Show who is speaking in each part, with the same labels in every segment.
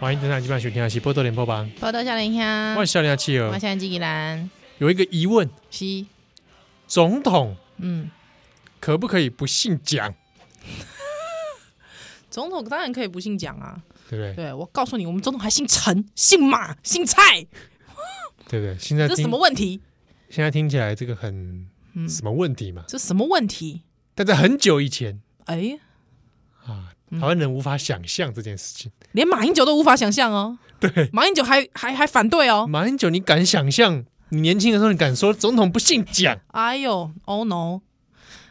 Speaker 1: 欢迎登来今晚收听的是《波多连播榜》，
Speaker 2: 报道少年兄，
Speaker 1: 我是少年企
Speaker 2: 我
Speaker 1: 鹅。
Speaker 2: 现在吉吉兰
Speaker 1: 有一个疑问：
Speaker 2: 是，
Speaker 1: 总统
Speaker 2: 嗯，
Speaker 1: 可不可以不姓蒋？
Speaker 2: 总统当然可以不姓蒋啊，
Speaker 1: 对不对？
Speaker 2: 对我告诉你，我们总统还姓陈、姓马、姓蔡，
Speaker 1: 对不对？现在
Speaker 2: 这是
Speaker 1: 听
Speaker 2: 什么问题？
Speaker 1: 现在听起来这个很
Speaker 2: 嗯
Speaker 1: 什么问题嘛？
Speaker 2: 这什么问题？
Speaker 1: 但在很久以前
Speaker 2: 哎，
Speaker 1: 啊，
Speaker 2: 嗯
Speaker 1: 台湾人无法想象这件事情。
Speaker 2: 连马英九都无法想象哦，
Speaker 1: 对，
Speaker 2: 马英九还还还反对哦，
Speaker 1: 马英九，你敢想象？你年轻的时候，你敢说总统不姓蒋，
Speaker 2: 哎呦，Oh no，Oh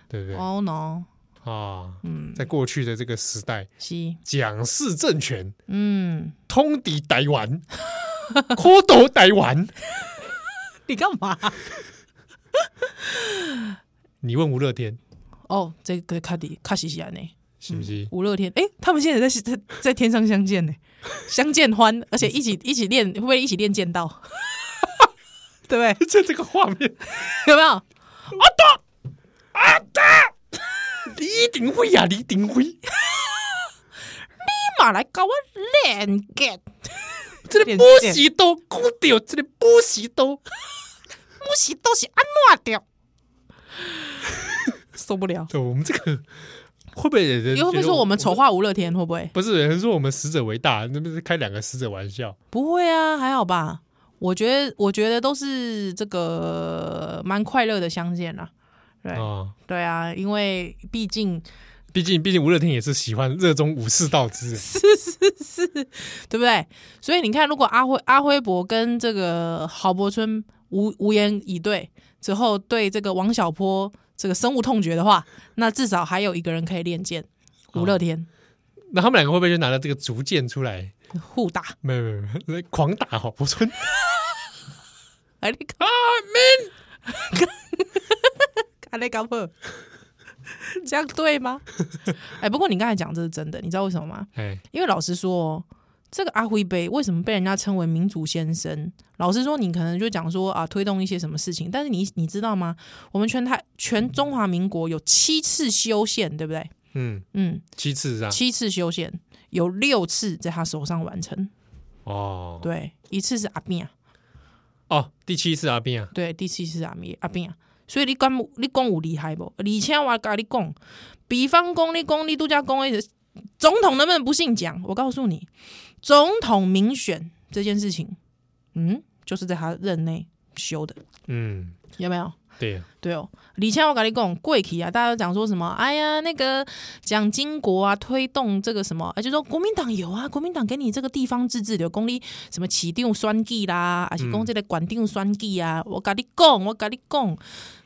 Speaker 1: 对不对？
Speaker 2: no，
Speaker 1: 啊，
Speaker 2: 哦嗯，
Speaker 1: 在过去的这个时代，
Speaker 2: 是，
Speaker 1: 蒋氏政权
Speaker 2: 嗯，
Speaker 1: 通敌台湾， 抠斗台湾。
Speaker 2: 你干嘛？
Speaker 1: 你问吴乐天
Speaker 2: 哦，这个卡迪卡西西安呢？
Speaker 1: 是不是？
Speaker 2: 五六天，哎、他们现在在在在天上相见呢，相见欢，而且一起一起练，会不会一起练剑道？ 对 不
Speaker 1: 这这个画面，
Speaker 2: 对？有没有？
Speaker 1: 李鼎辉呀，李鼎辉，
Speaker 2: 立马来搞我练 剑，
Speaker 1: 这个
Speaker 2: 点
Speaker 1: 补
Speaker 2: 点
Speaker 1: 习都哭掉，这个补习 都
Speaker 2: 不是都是安怎掉，受不了。
Speaker 1: 哦对，我们这个会不会有人
Speaker 2: 你会不会说我们
Speaker 1: 丑
Speaker 2: 丑化吴乐天？会不会？
Speaker 1: 不是有人说我们死者为大，那不是开两个死者玩笑？
Speaker 2: 不会啊，还好吧。我觉得，我觉得都是这个蛮快乐的相见啦。对、
Speaker 1: 啊！
Speaker 2: 对啊，因为毕竟
Speaker 1: 毕竟，毕竟吴乐天也是喜欢热衷武士道之人，
Speaker 2: 对不对？所以你看，如果阿辉阿辉伯跟这个郝柏村无无言以对之后，对这个王小波这个深恶痛绝的话，那至少还有一个人可以练剑，
Speaker 1: 哦
Speaker 2: 武乐天
Speaker 1: 那他们两个会不会就拿着这个竹剑出来？
Speaker 2: 互打。
Speaker 1: 没有没有没有，来狂打郝柏 村，
Speaker 2: 哎，你看，阿雷高破， 这样对吗？哎，不过你刚才讲这是真的，你知道为什么吗？
Speaker 1: 哎，
Speaker 2: 因为老实说哦，这个阿辉杯为什么被人家称为民主先生？老实说，你可能就讲说啊，推动一些什么事情，但是你你知道吗？我们全台全中华民国有七次修宪，对不对？
Speaker 1: 嗯，
Speaker 2: 嗯，
Speaker 1: 七次啊，
Speaker 2: 七次修宪，有六次在他手上完成，
Speaker 1: 哦，
Speaker 2: 对，一次是阿扁啊，
Speaker 1: 哦，第七次阿斌啊，
Speaker 2: 对，第七次是阿扁阿扁啊。所以你讲你讲有厉害不？而且我跟你讲，比方讲你讲你度假公的总统能不能不姓蒋？我告诉你，总统民选这件事情，嗯，就是在他任内修的，
Speaker 1: 嗯，
Speaker 2: 有没有？
Speaker 1: 对啊，
Speaker 2: 对哦，李谦，我跟你讲，贵体啊，大家都讲说什么？哎呀，那个蒋经国啊，推动这个什么，啊，就说国民党有啊，国民党给你这个地方自治的公立什么起定选举啦，还是讲这个管定选举啊？我跟你讲，我跟你讲，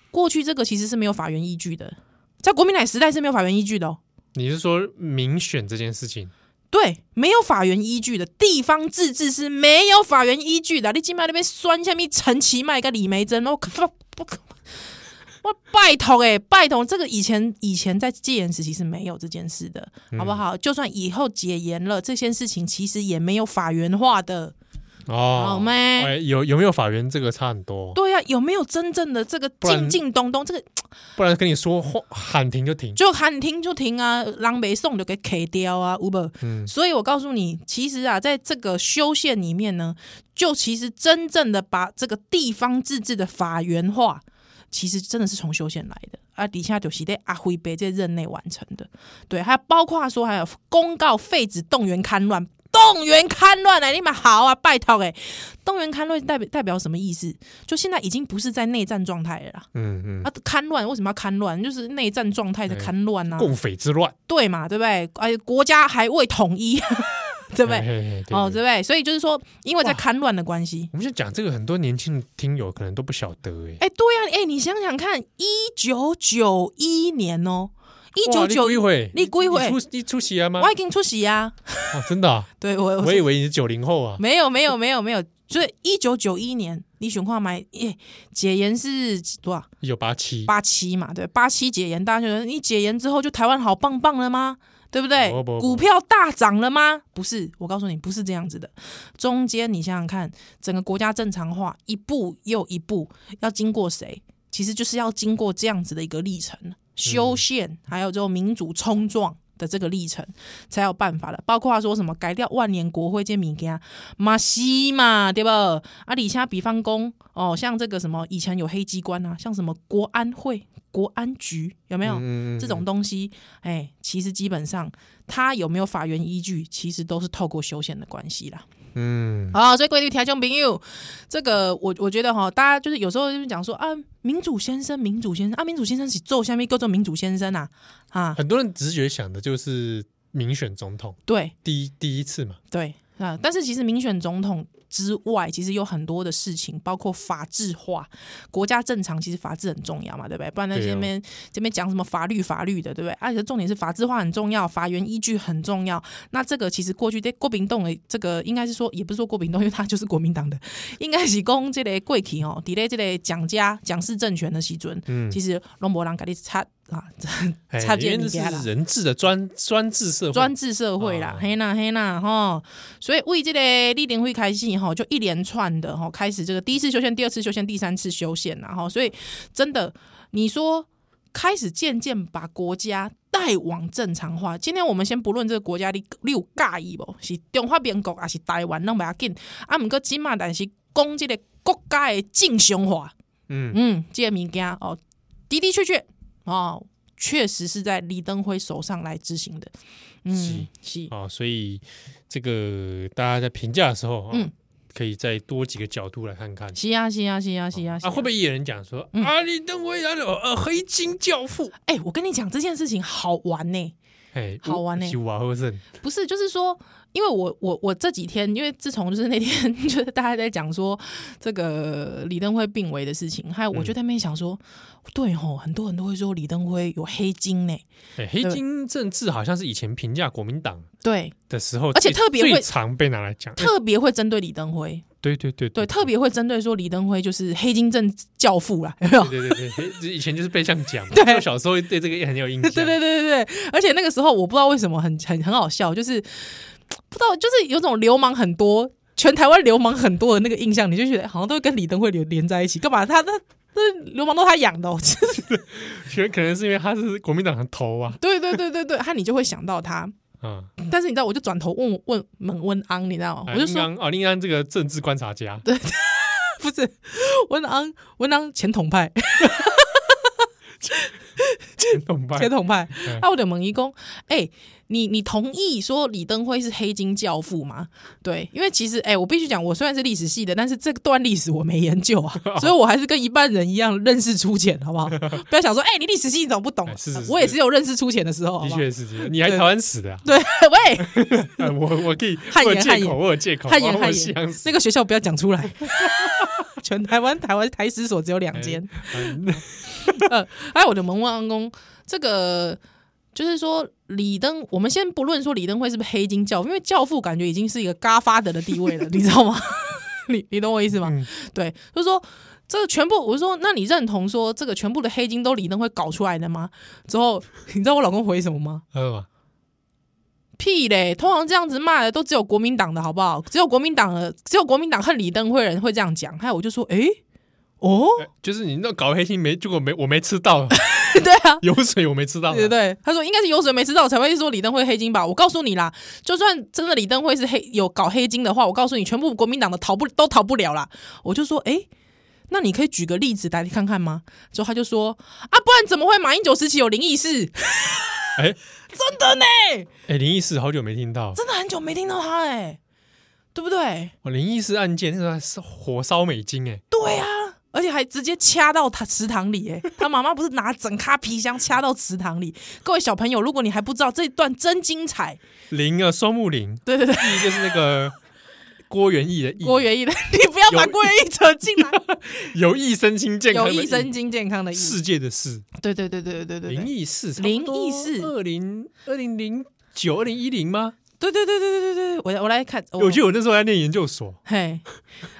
Speaker 2: 过去这个其实是没有法源依据的，在国民党时代是没有法源依据的、哦，
Speaker 1: 你是说民选这件事情？
Speaker 2: 对，没有法源依据的地方自治是没有法源依据的。你今麦那边酸下面陈其迈跟李梅珍，哦我靠，我靠，我拜托哎、拜托，这个以前以前在戒严时期是没有这件事的，
Speaker 1: 嗯
Speaker 2: 好不好？就算以后解严了，这件事情其实也没有法源化的，
Speaker 1: 哦，
Speaker 2: 好吗？
Speaker 1: 哎，有有没有法源这个差很多，
Speaker 2: 对呀、啊有没有真正的这个
Speaker 1: 不然
Speaker 2: 进进东东？这个
Speaker 1: 不然跟你说话喊停就停，
Speaker 2: 就喊停就停啊，狼没送就给 K 掉啊，无本。
Speaker 1: 嗯
Speaker 2: 所以我告诉你，其实啊，在这个修宪里面呢，就其实真正的把这个地方自治的法源化，其实真的是从修宪来的啊。底下就是在阿辉杯在任内完成的，对，还有包括说还有公告废止动员戡乱。动员戡乱哎，你们好啊！拜托哎、动员戡乱代表代表什么意思？就现在已经不是在内战状态了啦。
Speaker 1: 嗯嗯，
Speaker 2: 啊，戡乱为什么要戡乱？就是内战状态的戡乱啊。
Speaker 1: 共匪之乱，
Speaker 2: 对嘛，对不对？哎，国家还未统一， 对不对？
Speaker 1: 哎对？
Speaker 2: 哦，
Speaker 1: 对
Speaker 2: 对不对？所以就是说，因为在
Speaker 1: 哇
Speaker 2: 戡乱的关系，
Speaker 1: 我们现在讲这个，很多年轻的听友可能都不晓得哎。
Speaker 2: 哎，对呀、啊，哎，你想想看，一九九一年哦，一九九
Speaker 1: 一回，
Speaker 2: 你几岁
Speaker 1: 你出你出席了吗？
Speaker 2: 我已经出席啊，
Speaker 1: 哦，真的啊，
Speaker 2: 对我
Speaker 1: 我以为你是九零后啊。
Speaker 2: 没有没有没有没有，就是一九九一年，你选矿买，耶，哎解严是多少？
Speaker 1: 一九八七，
Speaker 2: 八七嘛，对，八七解严，大家觉得你解严之后就台湾好棒棒了吗？对不对
Speaker 1: 不不？不
Speaker 2: 股票大涨了吗？不是，我告诉你，不是这样子的。中间你想想看，整个国家正常化一步又一步，要经过谁？
Speaker 1: 嗯
Speaker 2: 其实就是要经过这样子的一个历程，修宪，还有这种民主冲撞的这个历程，才有办法的。包括说什么改掉万年国徽这物件，马西嘛，对不？啊，底下比方讲，哦，像这个什么以前有黑机关啊，像什么国安会、国安局，有没有？
Speaker 1: 嗯
Speaker 2: 这种东西，哎，其实基本上它有没有法源依据，其实都是透过修宪的关系啦。
Speaker 1: 嗯，
Speaker 2: 好，啊所以各位听众朋友，这个我我觉得哈，大家就是有时候就是讲说啊，民主先生，民主先生啊，民主先生是做下面叫做民主先生啊啊，
Speaker 1: 很多人直觉想的就是民选总统
Speaker 2: 对
Speaker 1: 第一第一次嘛，
Speaker 2: 对啊，但是其实民选总统之外，其实有很多的事情，包括法制化，国家正常，其实法治很重要嘛，对不对？不然在
Speaker 1: 对哦
Speaker 2: 这边、这边讲什么法律法律的，对不对？而且重点是法制化很重要，法源依据很重要。那这个其实过去对郭炳栋的这个应该是说，也不是说郭炳栋，因为他就是国民党的，应该是讲这个过去哦，伫咧这个蒋家蒋氏政权的时阵，
Speaker 1: 嗯
Speaker 2: 其实龙博人给你插啊，
Speaker 1: 哎
Speaker 2: 差
Speaker 1: 因
Speaker 2: 点
Speaker 1: 为这
Speaker 2: 理解啦
Speaker 1: 是人治的专专制社会，
Speaker 2: 专制社会啦
Speaker 1: 哦，
Speaker 2: 嘿啦嘿啦吼，所以为这个立林会开始吼，就一连串的吼开始这个第一次修宪、第二次修宪、第三次修宪啦吼，所以真的你说开始渐渐把国家带往正常化。今天我们先不论这个国家你你有介意不？是中华民国还是台湾，拢袂要紧。啊，毋过即嘛，但是讲这个国家的正常化，
Speaker 1: 嗯
Speaker 2: 嗯，这个物件哦，的的确确哦，确实是在李登辉手上来执行的。嗯，是，
Speaker 1: 啊、所以这个大家在评价的时候，啊
Speaker 2: 嗯
Speaker 1: 可以再多几个角度来看看。
Speaker 2: 是啊，是啊，是啊，是啊，是
Speaker 1: 啊，会不？会有人讲说、
Speaker 2: 嗯
Speaker 1: 啊，李登辉来了，呃，黑金教父，
Speaker 2: 哎、我跟你讲这件事情好玩呢、
Speaker 1: 哎，
Speaker 2: 好玩呢
Speaker 1: 是瓦赫森，
Speaker 2: 不是，就是说，因为我我我这几天，因为自从就是那天 就是大家在讲说这个李登辉病危的事情，还有
Speaker 1: 嗯
Speaker 2: 我就在那边想说，对吼，很多人都会说李登辉有黑金呢、
Speaker 1: 哎，黑金政治好像是以前评价国民党
Speaker 2: 对，
Speaker 1: 的时候，
Speaker 2: 而且特别会
Speaker 1: 最常被拿来讲，哎
Speaker 2: 特别会针对李登辉，
Speaker 1: 对对对
Speaker 2: 对，特别会针对说李登辉就是黑金政教父啦，有没有？
Speaker 1: 对对对对，嘿以前就是被这样讲嘛，
Speaker 2: 对
Speaker 1: 就小时候对这个也很有印象，
Speaker 2: 对对对对对，而且那个时候我不知道为什么很很很好笑，就是不知道就是有种流氓很多，全台湾流氓很多的那个印象，你就觉得好像都会跟李登辉连连在一起，干嘛？他他那流氓都他养的、哦，
Speaker 1: 其实可能是因为他是国民党的头啊，
Speaker 2: 对对对对对，他你就会想到他。
Speaker 1: 啊，
Speaker 2: 但是你知道，我就转头问问问问安，你知道哦吗？我就
Speaker 1: 林
Speaker 2: 说
Speaker 1: 安啊，林安这个政治观察家，
Speaker 2: 不是文安文安前统派，
Speaker 1: 前统派
Speaker 2: 前，统派
Speaker 1: 嗯。
Speaker 2: 啊，我的蒙一公，哎、你你同意说李登辉是黑金教父吗？对，因为其实哎、我必须讲，我虽然是历史系的，但是这段历史我没研究 啊，所以我还是跟一般人一样认识粗浅，好不好？不要想说，哎、你历史系你怎么不懂、
Speaker 1: 哎是是是
Speaker 2: 我也是有认识粗浅的时候，好
Speaker 1: 的
Speaker 2: 不好？
Speaker 1: 确是这样，你还
Speaker 2: 对
Speaker 1: 台湾死的啊，
Speaker 2: 对， 喂，
Speaker 1: 啊我我可以，
Speaker 2: 汗
Speaker 1: 我有
Speaker 2: 颜汗
Speaker 1: 借口，
Speaker 2: 颜
Speaker 1: 我有借口，
Speaker 2: 汗颜
Speaker 1: 我有
Speaker 2: 汗
Speaker 1: 西
Speaker 2: 颜
Speaker 1: 洋 史
Speaker 2: 那个学校不要讲出来。 全台湾台湾台史所只有两间，
Speaker 1: 嗯
Speaker 2: 哎，我的蒙问安公，这个就是说李登，我们先不论说李登辉是不是黑金教父，因为教父感觉已经是一个嘎发德的地位了，你知道吗？ 你你懂我意思吗？
Speaker 1: 嗯
Speaker 2: 对，就是说这个全部，我说那你认同说这个全部的黑金都李登辉搞出来的吗？之后你知道我老公回什么吗？
Speaker 1: 嗯，
Speaker 2: 屁嘞！通常这样子骂的都只有国民党的好不好？只有国民党 的，只有国民党恨李登辉的人会这样讲。还有我就说，诶，哦，
Speaker 1: 哎就是你那搞黑心没，结果没我没吃到
Speaker 2: 对啊，
Speaker 1: 油水，我没吃到啊，
Speaker 2: 对对，他说应该 是有水没吃到才会说李登辉黑金吧。我告诉你啦，就算真的李登辉是黑有搞黑金的话，我告诉你，全部国民党的逃不都逃不了啦。我就说，诶，那你可以举个例子来看看吗？之后他就说啊，不然怎么会马英九时期有灵异事？
Speaker 1: 哎
Speaker 2: 真的呢，
Speaker 1: 哎，灵异事好久没听到，
Speaker 2: 真的很久没听到他哎，对不对？
Speaker 1: 我灵异事案件那时候还是火烧美金哎，
Speaker 2: 对啊。而且还直接掐到他池塘里、哎，他妈妈不是拿整咖皮箱掐到池塘里？各位小朋友，如果你还不知道这一段真精彩，
Speaker 1: 灵啊双木灵，
Speaker 2: 对对对，
Speaker 1: 义就是那个郭元义的义，
Speaker 2: 郭元义的， 你不要把
Speaker 1: 有
Speaker 2: 郭元义扯进来，
Speaker 1: 有益身心健康
Speaker 2: 有
Speaker 1: 的义，
Speaker 2: 益身心健康的益。
Speaker 1: 世界的事，
Speaker 2: 对对对对对对对
Speaker 1: 灵
Speaker 2: 对
Speaker 1: 异事，
Speaker 2: 灵异事
Speaker 1: 二零二零零九二零一零吗？
Speaker 2: 对对对对对对，我我来看，我
Speaker 1: 我记得我那时候在念研究所，
Speaker 2: 嘿，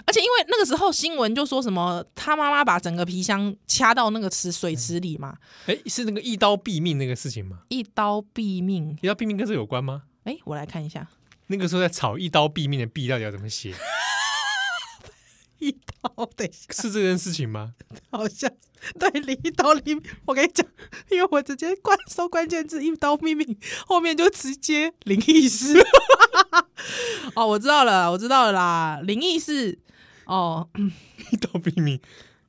Speaker 2: 而且因为那个时候新闻就说什么，他妈妈把整个皮箱掐到那个池水池里嘛，
Speaker 1: 哎，是那个一刀毙命那个事情吗？
Speaker 2: 一刀毙命。
Speaker 1: 一刀毙命跟这有关吗？
Speaker 2: 哎，我来看一下，
Speaker 1: 那个时候在吵一刀毙命的“毙”到底要怎么写？
Speaker 2: 离岛，等一 下
Speaker 1: 是这件事情吗？
Speaker 2: 好像对离岛离，我跟你讲，因为我直接关搜关键字“一刀秘密”，后面就直接灵异事。哦，我知道了，我知道了啦，灵异事。哦
Speaker 1: 一刀毙命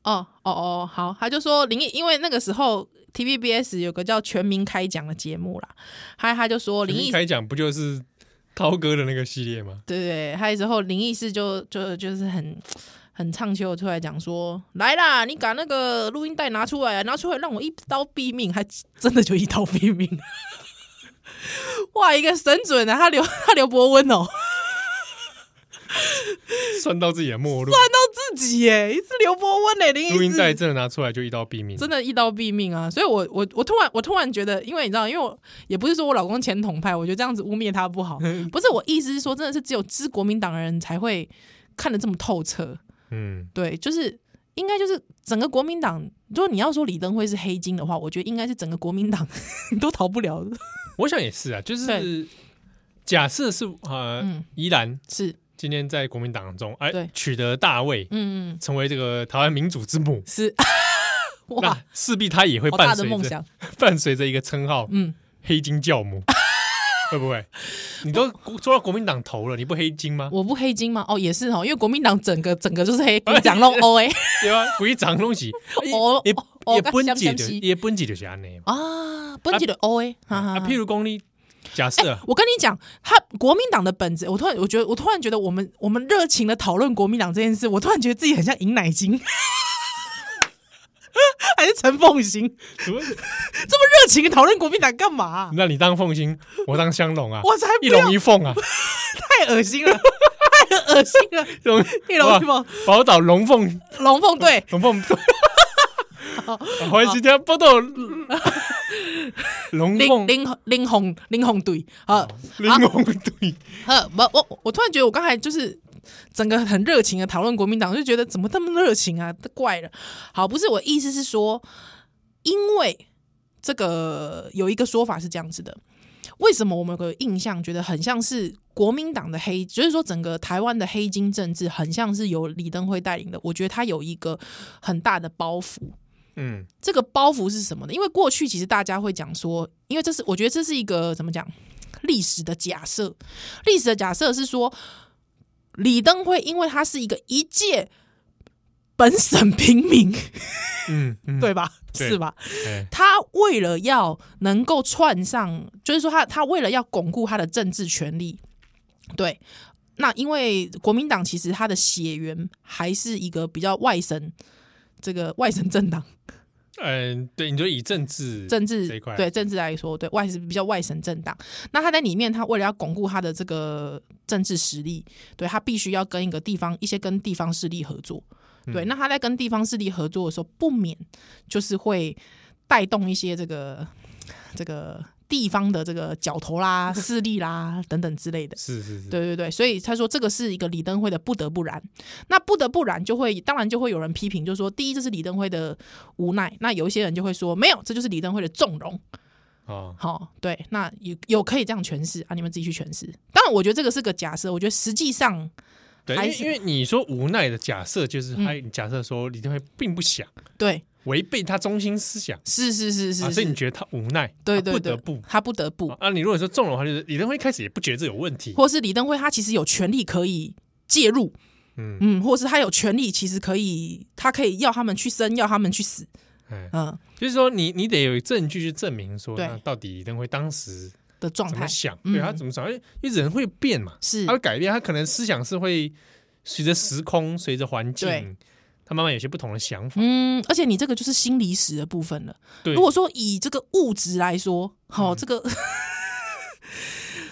Speaker 2: 哦哦哦，好，他就说灵异，因为那个时候 TVBS 有个叫《全民开讲》的节目啦，他他就说哦灵
Speaker 1: 你
Speaker 2: 异
Speaker 1: 一开讲不就是涛哥的那个系列吗？
Speaker 2: 对对，还有之后灵异事就就就是很很唱秋出来讲说，来啦，你把那个录音带拿出来啊，拿出来让我一刀毙命，还真的就一刀毙命。 哇，一个神准啊！他刘他刘伯温哦，
Speaker 1: 算到自己的末路，
Speaker 2: 自己耶，一次刘伯温嘞，灵异
Speaker 1: 录音
Speaker 2: 事
Speaker 1: 带真的拿出来就一刀毙命，
Speaker 2: 真的，一刀毙命啊！所以我，我我突然，我突然觉得，因为你知道，因为我也不是说我老公前统派，我觉得这样子污蔑他 不好。不是我意思是说，真的是只有知国民党的人才会看得这么透彻。
Speaker 1: 嗯，
Speaker 2: 对，就是应该就是整个国民党，如果你要说李登辉是黑金的话，我觉得应该是整个国民党 你都逃不了的。
Speaker 1: 我想也是啊，就是
Speaker 2: 对
Speaker 1: 假设是呃，
Speaker 2: 嗯，
Speaker 1: 宜兰
Speaker 2: 是，
Speaker 1: 今天在国民党中
Speaker 2: 对
Speaker 1: 哎取得大位，
Speaker 2: 嗯，嗯
Speaker 1: 成为这个台湾民主之母，
Speaker 2: 是，哇，
Speaker 1: 那势必他也会
Speaker 2: 好大
Speaker 1: 伴
Speaker 2: 的
Speaker 1: 随
Speaker 2: 梦
Speaker 1: 着
Speaker 2: 想，
Speaker 1: 伴随着一个称号
Speaker 2: 嗯，
Speaker 1: “黑金教 母”，会不会？你都做到国民党头了，你不黑金吗？
Speaker 2: 我不黑金吗？哦，也是哦，因为国民党整个整个就是黑， 国民党弄 O A
Speaker 1: 对啊，鬼长东 西，
Speaker 2: 哦
Speaker 1: 也
Speaker 2: 哦
Speaker 1: 也本
Speaker 2: 哦
Speaker 1: 质
Speaker 2: 跟
Speaker 1: 就
Speaker 2: 相
Speaker 1: 也本质就是安尼嘛。
Speaker 2: 啊，本级的 O A，哈哈
Speaker 1: 啊，
Speaker 2: 哈
Speaker 1: 譬如讲你假设
Speaker 2: 哎
Speaker 1: 啊
Speaker 2: 我跟你讲，他国民党的本质，我突然我觉得，我突然觉得我们我们热情的讨论国民党这件事，我突然觉得自己很像尹乃菁， 还是陈凤行，热
Speaker 1: 什么
Speaker 2: 情的讨论国民党干嘛啊、
Speaker 1: 那你当凤心，我当香龙 啊，
Speaker 2: 我才不
Speaker 1: 一
Speaker 2: 要
Speaker 1: 龙，一凤啊，
Speaker 2: 太恶心了，太恶心 了，
Speaker 1: 龙
Speaker 2: 一龙一凤，
Speaker 1: 宝岛龙凤
Speaker 2: 龙凤队，
Speaker 1: 龙凤。哦 欢迎今天报道龙
Speaker 2: 林
Speaker 1: 凤
Speaker 2: 林林红林红队，好，
Speaker 1: 玲珑对，
Speaker 2: 呵，我我我突然觉得我刚才就是整个很热情的讨论国民党，就觉得怎么那么热情啊，怪了。好，不是我意思是说，因为这个有一个说法是这样子的，为什么我们有个印象觉得很像是国民党的黑，就是说整个台湾的黑金政治很像是由李登辉带领的？我觉得他有一个很大的包袱，
Speaker 1: 嗯，
Speaker 2: 这个包袱是什么呢？因为过去其实大家会讲说，因为这是我觉得这是一个怎么讲历史的假设，历史的假设是说李登辉，因为他是一个一介本省平民，
Speaker 1: 嗯嗯，
Speaker 2: 对吧？
Speaker 1: 对
Speaker 2: 是吧？
Speaker 1: 哎，
Speaker 2: 他为了要能够串上，就是说他他为了要巩固他的政治权利，对。那因为国民党其实它的血缘还是一个比较外省，这个外省政党，
Speaker 1: 嗯，对，你就以政治
Speaker 2: 政
Speaker 1: 这一
Speaker 2: 治
Speaker 1: 块嗯
Speaker 2: 对政治来说，对外是比较外省政党。那他在里面，他为了要巩固他的这个政治实力，对他必须要跟一个地方一些跟地方势力合作。
Speaker 1: 嗯
Speaker 2: 对，那他在跟地方势力合作的时候，不免就是会带动一些这个这个地方的这个角头 啦、势力啦等等之类的。
Speaker 1: 是是是，
Speaker 2: 对对对，所以他说这个是一个李登辉的不得不然。那不得不然就会，当然就会有人批评，就说第一这是李登辉的无奈，那有一些人就会说没有，这就是李登辉的纵容。
Speaker 1: 哦，
Speaker 2: 好、对，那有有可以这样诠释啊，你们自己去诠释。当然，我觉得这个是个假设，我觉得实际上
Speaker 1: 对，因
Speaker 2: 还
Speaker 1: 为
Speaker 2: 是
Speaker 1: 因为你说无奈的假设就是他假设说李登辉并不想
Speaker 2: 对，
Speaker 1: 违背他中心思想
Speaker 2: 是是是是
Speaker 1: 啊，
Speaker 2: 是，
Speaker 1: 所以你觉得他无奈，
Speaker 2: 对
Speaker 1: 他
Speaker 2: 对
Speaker 1: 不
Speaker 2: 对，
Speaker 1: 得不
Speaker 2: 他不得不，
Speaker 1: 啊，你如果说纵容的话，就是李登辉一开始也不觉得这有问题，
Speaker 2: 或是李登辉他其实有权利可以介入，
Speaker 1: 嗯
Speaker 2: 嗯，或是他有权利其实可以，他可以要他们去生，要他们去死，
Speaker 1: 哎，
Speaker 2: 嗯
Speaker 1: 就是说你你得有证据去证明说
Speaker 2: 对
Speaker 1: 那到底李登辉当时
Speaker 2: 的状
Speaker 1: 怎
Speaker 2: 态
Speaker 1: 么想，啊
Speaker 2: 嗯
Speaker 1: 对他怎么想，因为因为人会变嘛，
Speaker 2: 是
Speaker 1: 他会改变，他可能思想是会随着时空、随着环境
Speaker 2: 对，
Speaker 1: 他慢慢有些不同的想法。
Speaker 2: 嗯，而且你这个就是心理史的部分了。
Speaker 1: 对，
Speaker 2: 如果说以这个物质来说，好、这个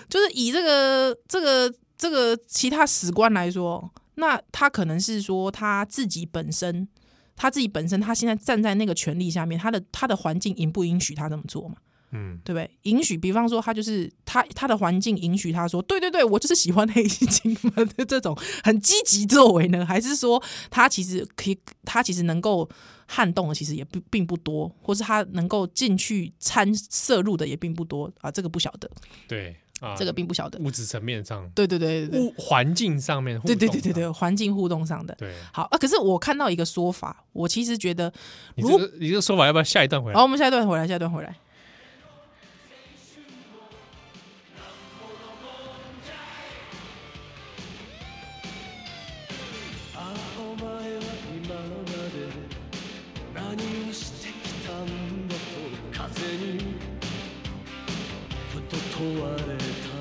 Speaker 2: 就是以这个这个这个其他史观来说，那他可能是说他自己本身，他自己本身，他现在站在那个权力下面，他的他的环境允不允许他这么做嘛？
Speaker 1: 嗯，
Speaker 2: 对不对？允许，比方说他就是他他的环境允许他说，对对对，我就是喜欢黑猩猩嘛的这种很积极作为呢，还是说他其实可以，他其实能够撼动的其实也并并不多，或是他能够进去参摄入的也并不多啊，这个不晓得，
Speaker 1: 对啊，
Speaker 2: 这个并不晓得。
Speaker 1: 物质层面上、
Speaker 2: 对对对对
Speaker 1: 物环境上面互
Speaker 2: 对
Speaker 1: 动
Speaker 2: 对对
Speaker 1: 上，
Speaker 2: 对对对，环境互动上的。
Speaker 1: 对
Speaker 2: 好啊，可是我看到一个说法，我其实觉得，
Speaker 1: 你
Speaker 2: 如
Speaker 1: 这个你这个说法要不要下一段回来？
Speaker 2: 好，我们下一段回来，下一段回来。
Speaker 3: ああお前は今まで何をしてきたんだと風にふと問われた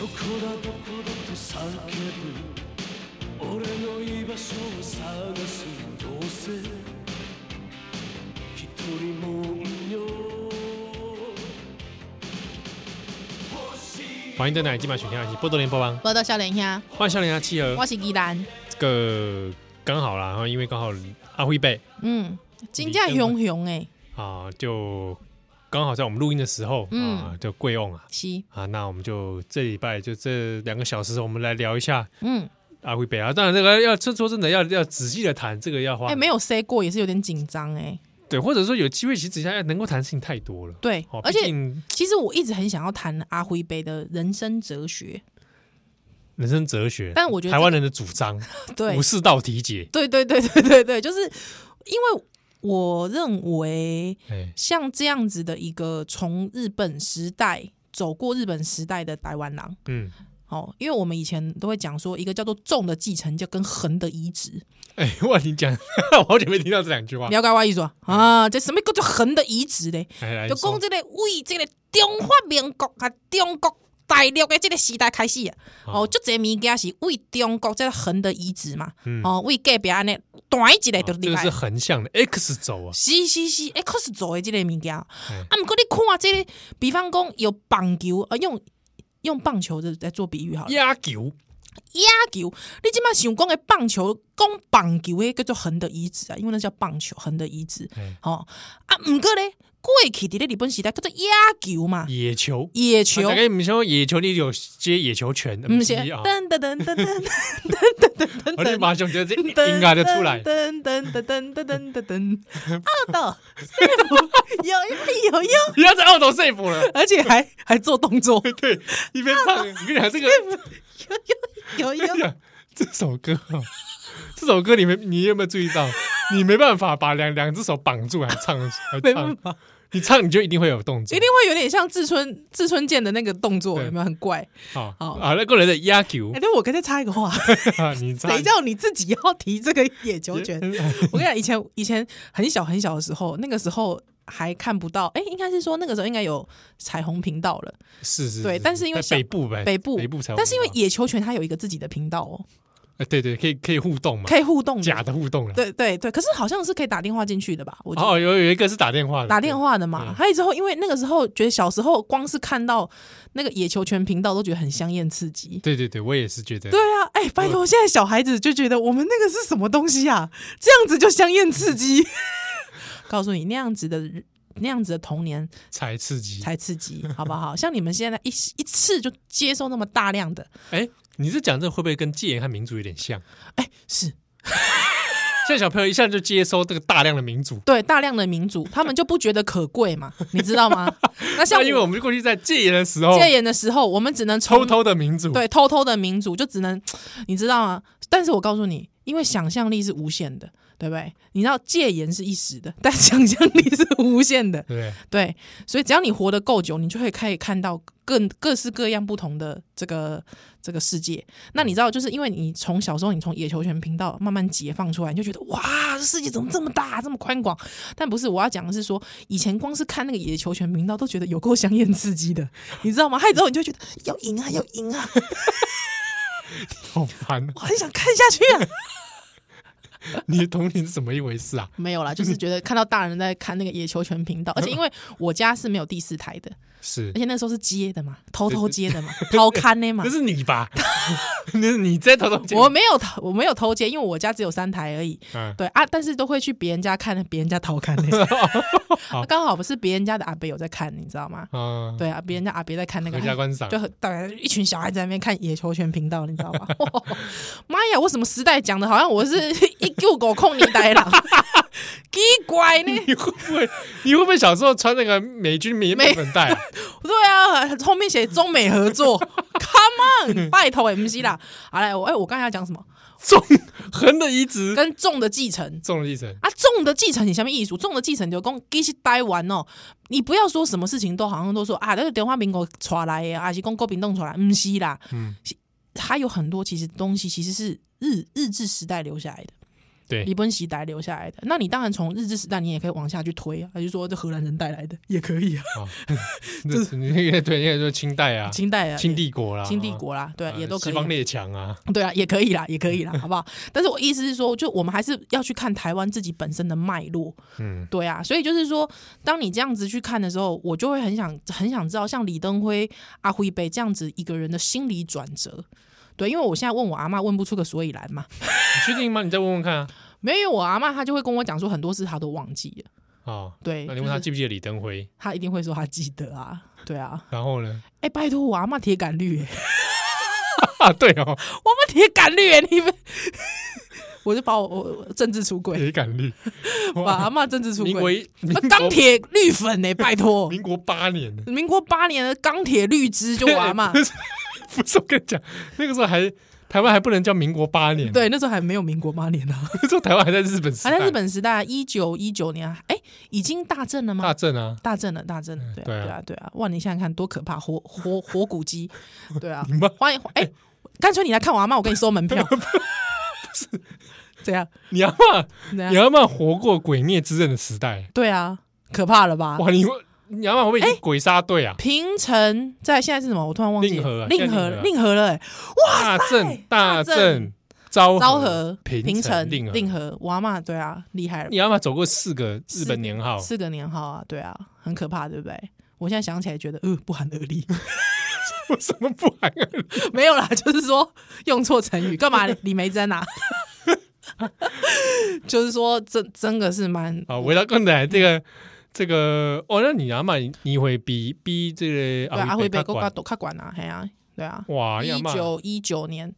Speaker 3: どこだどこだと叫ぶ俺の居場所を探すどうせ一人もんよ
Speaker 1: 欢迎登来，今晚选天下期波多连播帮，
Speaker 2: 我到笑脸呀，
Speaker 1: 欢迎笑脸啊，企鹅
Speaker 2: 我是依兰。
Speaker 1: 这个刚好啦，然后因为刚好阿辉贝
Speaker 2: 嗯，真正雄雄诶，
Speaker 1: 啊，就刚好在我们录音的时候
Speaker 2: 嗯
Speaker 1: 啊，就贵用啊
Speaker 2: 是，
Speaker 1: 啊，那我们就这礼拜就这两个小时，我们来聊一下
Speaker 2: 嗯，
Speaker 1: 阿辉贝啊。当然，这个要这说真的要要仔细的谈，这个要花
Speaker 2: 哎、没有 say 过也是有点紧张哎，
Speaker 1: 对，或者说有机会其实底下能够谈的事情太多了。
Speaker 2: 对，
Speaker 1: 哦，
Speaker 2: 而
Speaker 1: 毕
Speaker 2: 且
Speaker 1: 竟
Speaker 2: 其实我一直很想要谈阿辉杯的人生哲学，
Speaker 1: 人生哲学，
Speaker 2: 但我觉得
Speaker 1: 台湾人的主张
Speaker 2: 对
Speaker 1: 无，视道题解，
Speaker 2: 对对对对对对，就是因为我认为
Speaker 1: 哎，
Speaker 2: 像这样子的一个从日本时代走过日本时代的台湾狼。
Speaker 1: 嗯，
Speaker 2: 哦，因为我们以前都会讲说，一个叫做重的继承，就跟横的移植。
Speaker 1: 哎，哇，你讲， 我好久没听到这两句话
Speaker 2: 你。要跟我意思啊？啊，这什么叫做横的移植嘞？
Speaker 1: 来来，
Speaker 2: 就
Speaker 1: 你说
Speaker 2: 讲这个为这个中华民国啊，中国大陆的这个时代开始啊，哦，就这物件是为中国这个横的移植嘛，
Speaker 1: 嗯
Speaker 2: 哦，为隔壁安尼短一个
Speaker 1: 哦
Speaker 2: 就
Speaker 1: 这
Speaker 2: 入
Speaker 1: 个
Speaker 2: 来
Speaker 1: 是，横向的 X 轴啊，
Speaker 2: 是是是，X 轴的这个物件，啊，
Speaker 1: 哎
Speaker 2: 不过你看这个，比方讲有棒球，呃，用用棒球的来做比喻好了，
Speaker 1: 压球，
Speaker 2: 野球，你即摆想讲的棒球，讲棒球迄叫做横的移植啊，因为那叫棒球横的移植
Speaker 1: 嗯，
Speaker 2: 吼、啊，毋过咧，过去伫咧日本时代叫做野球嘛，
Speaker 1: 野球，啊
Speaker 2: 野球
Speaker 1: 大。概你们说野球，你有接野球拳，
Speaker 2: 毋
Speaker 1: 不
Speaker 2: 是，
Speaker 1: 啊，
Speaker 2: 嗯噔噔噔噔噔
Speaker 1: 我就马上觉得这
Speaker 2: 噔，
Speaker 1: 音乐就出来，
Speaker 2: 噔噔噔噔噔噔噔噔，奥斗 safe 有用有用，
Speaker 1: 不要再二哦头 safe 了，
Speaker 2: 而且还还做动 作，
Speaker 1: 对，一边唱，我跟你讲这个
Speaker 2: 有
Speaker 1: 哎
Speaker 2: 用有用，
Speaker 1: 这首歌啊，这首歌你没你有没有注意到？你没办法把两两只手绑住还 唱，还
Speaker 2: 没
Speaker 1: 唱
Speaker 2: 办，法，
Speaker 1: 你唱你就一定会有动作
Speaker 2: 一定，会有点像志村志村健的那个动作，
Speaker 1: 对
Speaker 2: 有没有很怪？
Speaker 1: 好，
Speaker 2: 好
Speaker 1: 啊，那过来的压球
Speaker 2: 哎，，对，我刚才插一 个话，
Speaker 1: 啊你哎唱，
Speaker 2: 谁叫你自己要提这个野球拳？ 我跟你讲，以前以前很小很小的时候，那个时候还看不到，哎、应该是说那个时候应该有彩虹频道了，
Speaker 1: 是是，
Speaker 2: 对但是因
Speaker 1: 在
Speaker 2: 为小
Speaker 1: 北部呗，
Speaker 2: 北部
Speaker 1: 北部才有频道，啊
Speaker 2: 但是因为野球拳它有一个自己的频道哦，
Speaker 1: 哎对对，可以可以互动嘛，
Speaker 2: 可以互动的
Speaker 1: 假的互动了。
Speaker 2: 对对对，可是好像是可以打电话进去的吧？我觉得。
Speaker 1: 哦，有有嗯一个是打电话的，
Speaker 2: 打电话的嘛，还有之后，因为那个时候觉得小时候光是看到那个野球拳频道都觉得很香艳刺激。
Speaker 1: 对。对对对，我也是觉得，
Speaker 2: 对啊，哎、拜托，现在小孩子就觉得我们那个是什么东 西啊？这样子就香艳刺激。 告诉你，那样子的那样子的童年
Speaker 1: 才刺激。
Speaker 2: 才刺激，好不好？像你们现在一一次就接受那么大量的，
Speaker 1: 哎，你是讲这会不会跟戒严和民主有点像？
Speaker 2: 哎、是
Speaker 1: 现在小朋友一下就接收这个大量的民主，
Speaker 2: 对大量的民主，他们就不觉得可贵 嘛，你知道吗？那像
Speaker 1: 那因为我
Speaker 2: 我
Speaker 1: 们过去在戒严的时候，
Speaker 2: 戒严的时候，我们只能从
Speaker 1: 偷偷的民主，
Speaker 2: 对偷偷的民主，就只能你知道吗？但是我告诉你，因为想象力是无限的，对不对？你知道戒严是一时的，但想象力是无限的
Speaker 1: 对，不对？
Speaker 2: 对，所以只要你活得够久，你就会可以看到更各式各样不同的这个这个世界。那你知道，就是因为你从小时候，你从野球拳频道慢慢解放出来，你就觉得哇，这世界怎么这么大，这么宽广？但不是，我要讲的是说，以前光是看那个野球拳频道，都觉得有够香艳刺激的，你知道吗？害之后你就觉得要赢啊，要赢啊，
Speaker 1: 好烦啊，
Speaker 2: 我很想看下去啊。
Speaker 1: 你的童年是怎么一回事啊？
Speaker 2: 没有啦，就是觉得看到大人在看那个野球拳频道，而且因为我家是没有第四台的，
Speaker 1: 是
Speaker 2: 而，且那时候是接的嘛，偷偷接的嘛，偷看的 嘛
Speaker 1: 那。是你 吧？那是你在偷偷讲
Speaker 2: 我没有偷，我没有偷接，因为我家只有三台而已。
Speaker 1: 嗯
Speaker 2: 对啊，但是都会去别人家看，别人家偷看 的。啊刚好不是别人家的阿伯有在看，你知道吗？
Speaker 1: 啊，
Speaker 2: 对啊，别人家阿伯在看那个哎
Speaker 1: 合，家观赏
Speaker 2: 就很大概一群小孩在那边看野球拳频道，你知道吗？ 哇妈呀，我什么时代讲的？好像我是 一九狗控你呆了，啊 奇怪呢。
Speaker 1: 你会不会你会不会小时候穿那个美军棉
Speaker 2: 美
Speaker 1: 日本带啊？
Speaker 2: 对啊，后面写中美合作，Come on，拜托 MC 啦。好来，我哎、我刚才要讲什么？
Speaker 1: 纵横的移植，
Speaker 2: 跟重的继承。
Speaker 1: 纵的移 植，
Speaker 2: 啊，重的继承你下面艺术，重的继承就讲其实台湾哦，你不要说什么事情都好像都说啊，那个中华民国传来的，还是讲国民党传来，不是啦，
Speaker 1: 嗯
Speaker 2: 是，还有很多其实东西其实是日日治时代留下来的，
Speaker 1: 对
Speaker 2: 日本时代留下来的。那你当然从日治时代，你也可以往下去推啊，还是说这荷兰人带来的也可以啊，
Speaker 1: 啊，这是你那 个对，那个就是清代啊，
Speaker 2: 清代啊，
Speaker 1: 清帝国啦，
Speaker 2: 清帝国啦，对
Speaker 1: 啊
Speaker 2: 啊，也都可
Speaker 1: 西
Speaker 2: 以
Speaker 1: 方
Speaker 2: 啊。
Speaker 1: 列强啊，
Speaker 2: 对啊，也可以啦，也可以啦，好不好？但是我意思是说，就我们还是要去看台湾自己本身的脉络，
Speaker 1: 嗯，
Speaker 2: 对啊，所以就是说，当你这样子去看的时候，我就会很想很想知道，像李登辉、阿辉北这样子一个人的心理转折。对，因为我现在问我阿妈问不出个所以然嘛，
Speaker 1: 你确定吗？你再问问看啊。
Speaker 2: 没有，因为我阿妈她就会跟我讲说很多事她都忘记了，
Speaker 1: 哦，
Speaker 2: 对
Speaker 1: 那你问他
Speaker 2: 哎就是
Speaker 1: 记不记得李登辉？
Speaker 2: 她一定会说她记得啊，对啊，
Speaker 1: 然后呢？
Speaker 2: 哎、拜托我阿妈铁杆绿、欸，
Speaker 1: 啊，对哦，
Speaker 2: 我阿妈铁杆绿、欸，你们， 我就把我我我政治出轨，
Speaker 1: 铁杆绿，
Speaker 2: 把阿妈政治出
Speaker 1: 民国
Speaker 2: 轨，
Speaker 1: 一民
Speaker 2: 那
Speaker 1: 国
Speaker 2: 钢铁绿粉呢、欸，拜托，
Speaker 1: 民国八年呢，，
Speaker 2: 民国八年的钢铁绿汁 就我阿妈
Speaker 1: 不是不是我跟你讲，那个时候还台湾还不能叫民国八年，，
Speaker 2: 对，那时候还没有民国八年呢、啊。
Speaker 1: 那时候台湾还在日本时
Speaker 2: 还
Speaker 1: 代，
Speaker 2: 在日本时代，一九一九年啊，哎、已经大震了
Speaker 1: 大
Speaker 2: 吗？
Speaker 1: 正啊，
Speaker 2: 大震了，大震了，对啊，
Speaker 1: 对啊
Speaker 2: 对啊，对啊！哇，你想想看，多可怕，火火火骨机，对啊
Speaker 1: 你妈，
Speaker 2: 欢迎哎，干脆你来看我阿妈，我给你收 门票，怎样？
Speaker 1: 你阿妈
Speaker 2: 怎
Speaker 1: 你
Speaker 2: 样？
Speaker 1: 阿妈活过鬼灭之刃的时代，
Speaker 2: 对啊，哎可怕了吧？
Speaker 1: 哇，你你阿妈会不会已经鬼杀队啊？
Speaker 2: 平城在现在是什么？我突然忘记
Speaker 1: 令和
Speaker 2: 了，
Speaker 1: 啊
Speaker 2: 令
Speaker 1: 现在令
Speaker 2: 和
Speaker 1: 和啊
Speaker 2: 令和了，哎，
Speaker 1: 大正大
Speaker 2: 大
Speaker 1: 正
Speaker 2: 正
Speaker 1: 昭
Speaker 2: 昭和
Speaker 1: 平
Speaker 2: 城
Speaker 1: 令和
Speaker 2: 令和，我阿妈对啊，厉害了
Speaker 1: 你，阿妈走过四个日本年号，
Speaker 2: 四个年号啊，对啊，很可怕，对不对？我现在想起来觉得，呃，不寒而栗。
Speaker 1: 我 什么不啊寒而栗？
Speaker 2: 没有啦，就是说用错成语，干嘛？李梅珍啊？ 就是说，真真的是蛮
Speaker 1: 好，啊回到刚才这个这个哦，那你阿妈你会比比这个
Speaker 2: 对啊阿
Speaker 1: 伯
Speaker 2: 辉被
Speaker 1: 较
Speaker 2: 国
Speaker 1: 管
Speaker 2: 家都较管啊，系啊，对啊，
Speaker 1: 哇，你阿
Speaker 2: 一
Speaker 1: 妈
Speaker 2: 九一九年，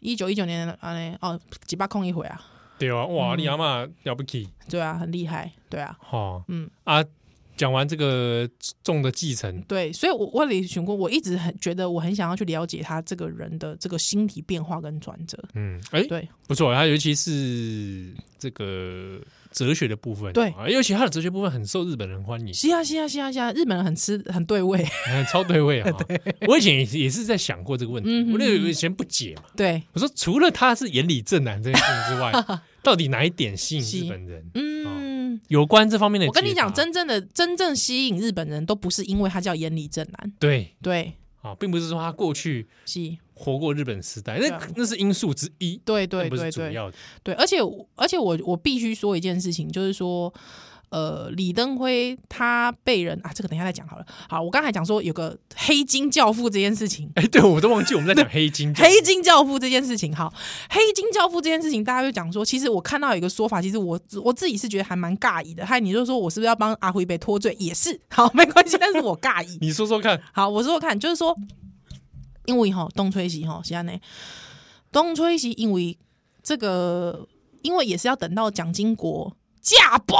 Speaker 2: 一九一九年啊嘞，哦，几百空一回啊，
Speaker 1: 对啊，哇，你阿妈了不起
Speaker 2: 对啊，很厉害，对啊，
Speaker 1: 哈，嗯
Speaker 2: 嗯
Speaker 1: 啊，讲完这个重的继承，
Speaker 2: 对，所以我我李询过，我一直很觉得我很想要去了解他这个人的这个心理变化跟转折，
Speaker 1: 嗯，哎，
Speaker 2: 对，
Speaker 1: 不错，他尤其是这个哲学的部分，
Speaker 2: 对
Speaker 1: 啊尤其他的哲学部分很受日本人欢迎，
Speaker 2: 是啊是啊是啊是啊，日本人很吃很对味，
Speaker 1: 哎超对位 啊！哈我以前也是也是在想过这个问题，
Speaker 2: 嗯哼
Speaker 1: 我那个以前不解嘛，
Speaker 2: 对，
Speaker 1: 我说除了他是眼里正男这件事情之 外，到底哪一点吸引
Speaker 2: 是
Speaker 1: 日本人？
Speaker 2: 嗯。
Speaker 1: 有关这方面的解
Speaker 2: 我
Speaker 1: 答，
Speaker 2: 跟你讲，真正的真正吸引日本人都不是因为他叫岩里正男，
Speaker 1: 对
Speaker 2: 对，
Speaker 1: 啊，并不是说他过去
Speaker 2: 是，
Speaker 1: 活过日本时代，那
Speaker 2: 对啊
Speaker 1: 那是因素之一，
Speaker 2: 对
Speaker 1: 那
Speaker 2: 对
Speaker 1: 不是
Speaker 2: 对
Speaker 1: 主
Speaker 2: 对
Speaker 1: 要的。
Speaker 2: 对，而且我而且我我必须说一件事情，就是说，呃，李登辉他被人啊，这个等一下再讲好了。好，我刚才讲说有个黑金教父这件 事情。
Speaker 1: 哎，对我都忘记我们在讲黑金，
Speaker 2: 黑金教父这件事情，好，黑金教父这件事情，大家就讲说，其实我看到有一个说法，其实我我自己是觉得还蛮尬意的。还有你就说我是不是要帮阿辉被脱罪，也是好，没关系，但是我尬意。
Speaker 1: 你说说看，
Speaker 2: 好，我说说看，就是说，因为哈东吹西哈是安内，东吹西因为这个，因为也是要等到蒋经国驾崩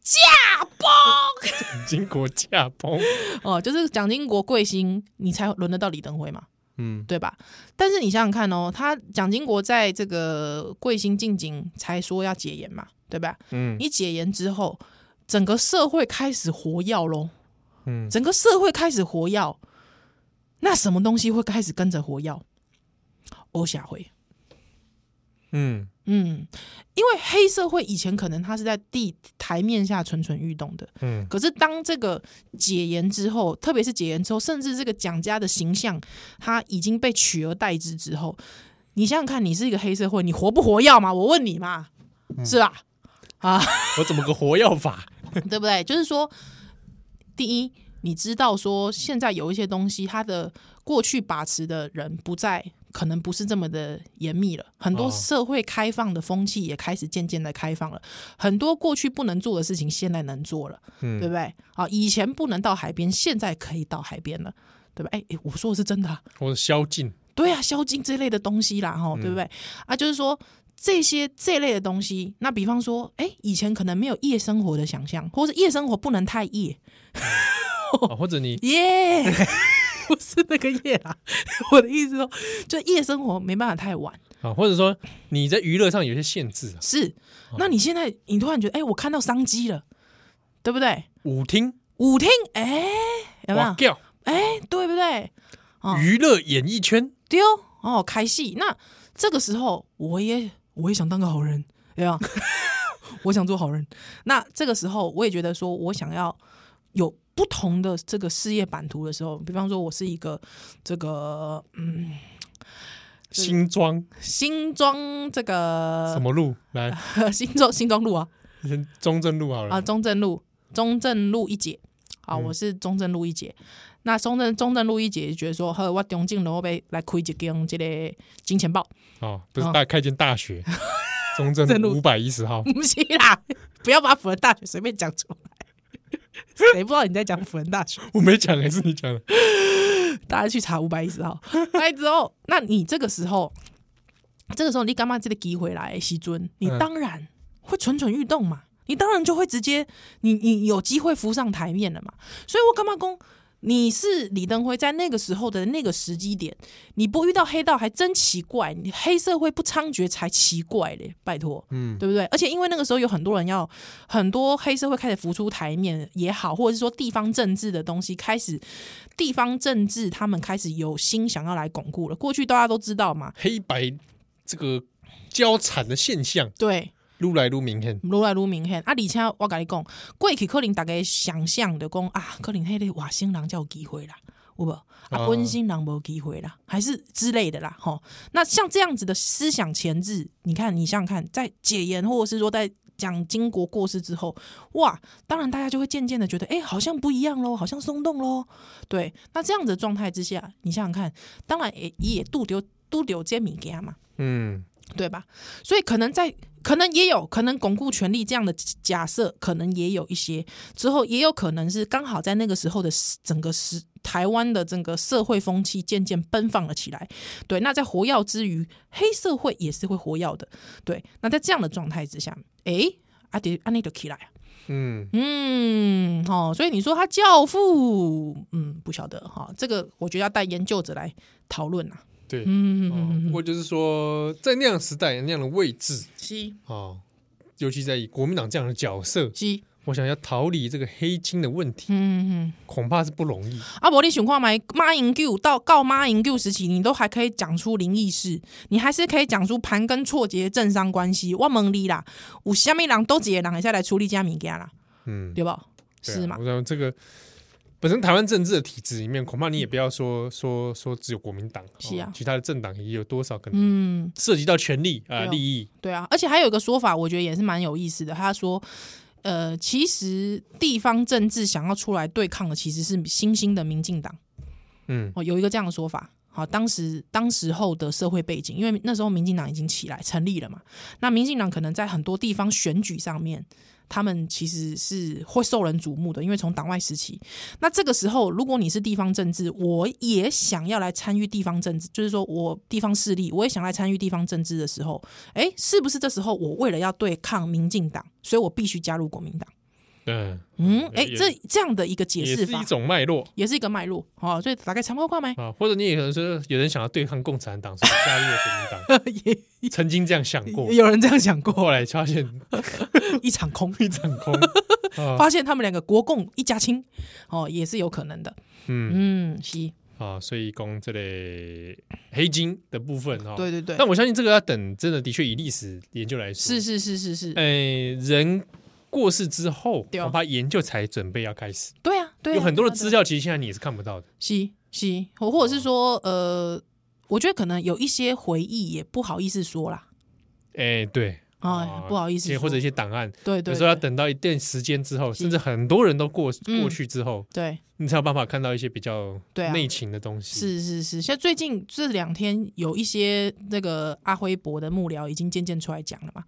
Speaker 2: 驾崩
Speaker 1: 金国驾 崩，
Speaker 2: 哦，就是蒋经国贵姓，你才轮得到李登辉嘛。
Speaker 1: 嗯，
Speaker 2: 对吧？但是你想想看哦，他蒋经国在这个贵兴进京才说要解严嘛，对吧？
Speaker 1: 嗯
Speaker 2: 你解严之后，整个社会开始活跃喽，
Speaker 1: 嗯
Speaker 2: 整个社会开始活跃，那什么东西会开始跟着活跃？欧夏会，
Speaker 1: 嗯，
Speaker 2: 嗯，因为黑社会以前可能它是在地台面下蠢蠢欲动的，
Speaker 1: 嗯，
Speaker 2: 可是当这个解严之后，特别是解严之后，甚至这个蒋家的形象，它已经被取而代之之后，你想想看，你是一个黑社会，你活不活跃嘛？我问你嘛，是吧？啊，
Speaker 1: 我怎么个活药法？
Speaker 2: 对不对？就是说，第一，你知道说现在有一些东西，它的过去把持的人不在，可能不是这么的严密了。很多
Speaker 1: 哦
Speaker 2: 社会开放的风气也开始渐渐的开放了，很多过去不能做的事情，现在能做了，
Speaker 1: 嗯
Speaker 2: 对不对？啊，以前不能到海边，现在可以到海边了，对吧？哎，哎我说的是真的、啊。
Speaker 1: 我宵 禁，
Speaker 2: 对啊，宵禁这类的东西啦，哈，对不对？啊，就是说这些这类的东西，那比方说，哎，以前可能没有夜生活的想象，或是夜生活不能太夜，
Speaker 1: 啊或者你
Speaker 2: 耶、 不是那个夜啦， 我的意思说，就夜生活没办法太晚。
Speaker 1: 啊，或者说你在娱乐上有些限制啊，
Speaker 2: 是，那你现在你突然觉得，哎，我看到商机了，对不对？
Speaker 1: 舞厅、
Speaker 2: 舞厅，哎，有没
Speaker 1: 哇
Speaker 2: 有？
Speaker 1: 调、
Speaker 2: 哎，对不对？哦
Speaker 1: 娱乐演艺圈，
Speaker 2: 丢哦，开戏。那这个时候，我也我也想当个好人，对吧？ 我想做好人。那这个时候，我也觉得说我想要有不同的这个事业版图的时候，比方说，我是一个这个嗯
Speaker 1: 新庄
Speaker 2: 新庄这
Speaker 1: 什
Speaker 2: 个
Speaker 1: 么嗯路来？
Speaker 2: 新庄新庄路啊
Speaker 1: 先中正路好
Speaker 2: 啊
Speaker 1: 了，
Speaker 2: 中正路中正路一姐。啊，我是中正路一姐。那中正中正路一姐就觉得说，呵，我中正路被来开一间这个金钱豹，
Speaker 1: 哦，不是
Speaker 2: 啊
Speaker 1: 大开间大 学，中正
Speaker 2: 正路
Speaker 1: 五百一十号，
Speaker 2: 不是啦， 不要把辅仁大学随便讲出来， 谁不知道你在讲辅仁大学？
Speaker 1: 我没讲还是你讲的？
Speaker 2: 大家去查五百一十号，来之后，那你这个时候，这个时候你干嘛这个机回来西尊？你
Speaker 1: 嗯
Speaker 2: 当然会蠢蠢欲动嘛，你当然就会直接，你你有机会浮上台面了嘛。所以我干嘛公？你是李登辉在那个时候的那个时机点，你不遇到黑道还真奇怪，你黑社会不猖獗才奇怪嘞，拜托。
Speaker 1: 嗯，
Speaker 2: 对不对？而且因为那个时候有很多人要，很多黑社会开始浮出台面也好，或者是说地方政治的东西开始，地方政治他们开始有心想要来巩固了。过去大家都知道嘛，
Speaker 1: 黑白这个交缠的现象，
Speaker 2: 对，
Speaker 1: 撸来撸明显，
Speaker 2: 如来如明显啊！而且我跟你讲，过去可能大家想象的讲啊，可能迄个外省人才有机会啦，有无？啊，
Speaker 1: 哦
Speaker 2: 本省人无机会啦，还是之类的啦，吼。那像这样子的思想前置，你看，你想想看，在解严或者是说在蒋经国过世之后，哇，当然大家就会渐渐的觉得，哎、好像不一样喽，好像松动喽。对，那这样子的状态之下，你想想看，当然也也度丢度丢这物件嘛，
Speaker 1: 嗯，
Speaker 2: 对吧？所以可能在，可能也有可能巩固权力这样的假设，可能也有一些之后，也有可能是刚好在那个时候的时整个时台湾的整个社会风气渐渐奔放了起来。对，那在活跃之余，黑社会也是会活跃的。对，那在这样的状态之下，诶，阿迪安内就起来啊。
Speaker 1: 嗯，
Speaker 2: 嗯，哦，所以你说他教父，嗯，不晓得哈、这个我觉得要带研究者来讨论啊。
Speaker 1: 对，
Speaker 2: 嗯嗯嗯
Speaker 1: 哦
Speaker 2: 嗯，
Speaker 1: 不
Speaker 2: 嗯，
Speaker 1: 过就是说，在那样时代那样的位置
Speaker 2: 西
Speaker 1: 啊，尤其在以国民党这样的角色，
Speaker 2: 西，
Speaker 1: 我想要逃离这个黑金的问题，
Speaker 2: 嗯嗯嗯。
Speaker 1: 恐怕是不容易。
Speaker 2: 啊，伯你想看买马英九到告马英九时期，你都还可以讲出灵异事，你还是可以讲出盘根错节的政商关系。我问你啦，有虾米人都几个人会使来处理这物件啦，
Speaker 1: 嗯，
Speaker 2: 对不？
Speaker 1: 对啊
Speaker 2: 是嘛
Speaker 1: 我？想这个本身台湾政治的体制里面，恐怕你也不要说说说只有国民党，
Speaker 2: 是啊
Speaker 1: 哦其他的政党也有多少可能
Speaker 2: 嗯，
Speaker 1: 涉及到权力啊、
Speaker 2: 对啊
Speaker 1: 利益，
Speaker 2: 对啊。而且还有一个说法，我觉得也是蛮有意思的。他说，呃，其实地方政治想要出来对抗的，其实是新兴的民进党。
Speaker 1: 嗯
Speaker 2: 哦，有一个这样的说法。好，当时当时候的社会背景，因为那时候民进党已经起来成立了嘛，那民进党可能在很多地方选举上面，他们其实是会受人瞩目的，因为从党外时期，那这个时候如果你是地方政治，我也想要来参与地方政治，就是说我地方势力，我也想来参与地方政治的时候，诶，是不是这时候我为了要对抗民进党，所以我必须加入国民党？
Speaker 1: 嗯，
Speaker 2: 嗯，
Speaker 1: 也
Speaker 2: 诶，这这样的一个解
Speaker 1: 也是
Speaker 2: 释法
Speaker 1: 一。种脉络
Speaker 2: 也是一个脉络，哦，所以大概参考看没？
Speaker 1: 啊。或者你也可能说，有人想要对抗共产党，所以加入了国民
Speaker 2: 也
Speaker 1: 党，曾经这样想过，
Speaker 2: 有人这样想过，
Speaker 1: 后来发现
Speaker 2: 一场空，
Speaker 1: 一场空。啊
Speaker 2: 发现他们两个国共一家亲，哦，也是有可能的。
Speaker 1: 嗯
Speaker 2: 嗯，是，
Speaker 1: 啊，所以供这类黑金的部分哈，
Speaker 2: 对对对，
Speaker 1: 但我相信这个要等真的的确以历史研究来说，
Speaker 2: 是是是是是，
Speaker 1: 呃，人过世之后，
Speaker 2: 对哦
Speaker 1: 恐怕研究才准备要开始，
Speaker 2: 对啊，对啊，
Speaker 1: 有很多的资
Speaker 2: 料，
Speaker 1: 料，其实现在你也是看不到的。
Speaker 2: 是是，或或者是说，呃，我觉得可能有一些回忆也不好意思说啦。
Speaker 1: 哎，对，
Speaker 2: 啊，不好意思
Speaker 1: 也
Speaker 2: 说，
Speaker 1: 或者一些档案，
Speaker 2: 对对
Speaker 1: 有时候要
Speaker 2: 对
Speaker 1: 等到一定时间之后，甚至很多人都过
Speaker 2: 嗯
Speaker 1: 过去之后，
Speaker 2: 对，
Speaker 1: 你才有办法看到一些比较
Speaker 2: 对啊
Speaker 1: 内情的东西。
Speaker 2: 是是是，像最近这两天有一些那个阿辉伯的幕僚已经渐渐出来讲了嘛，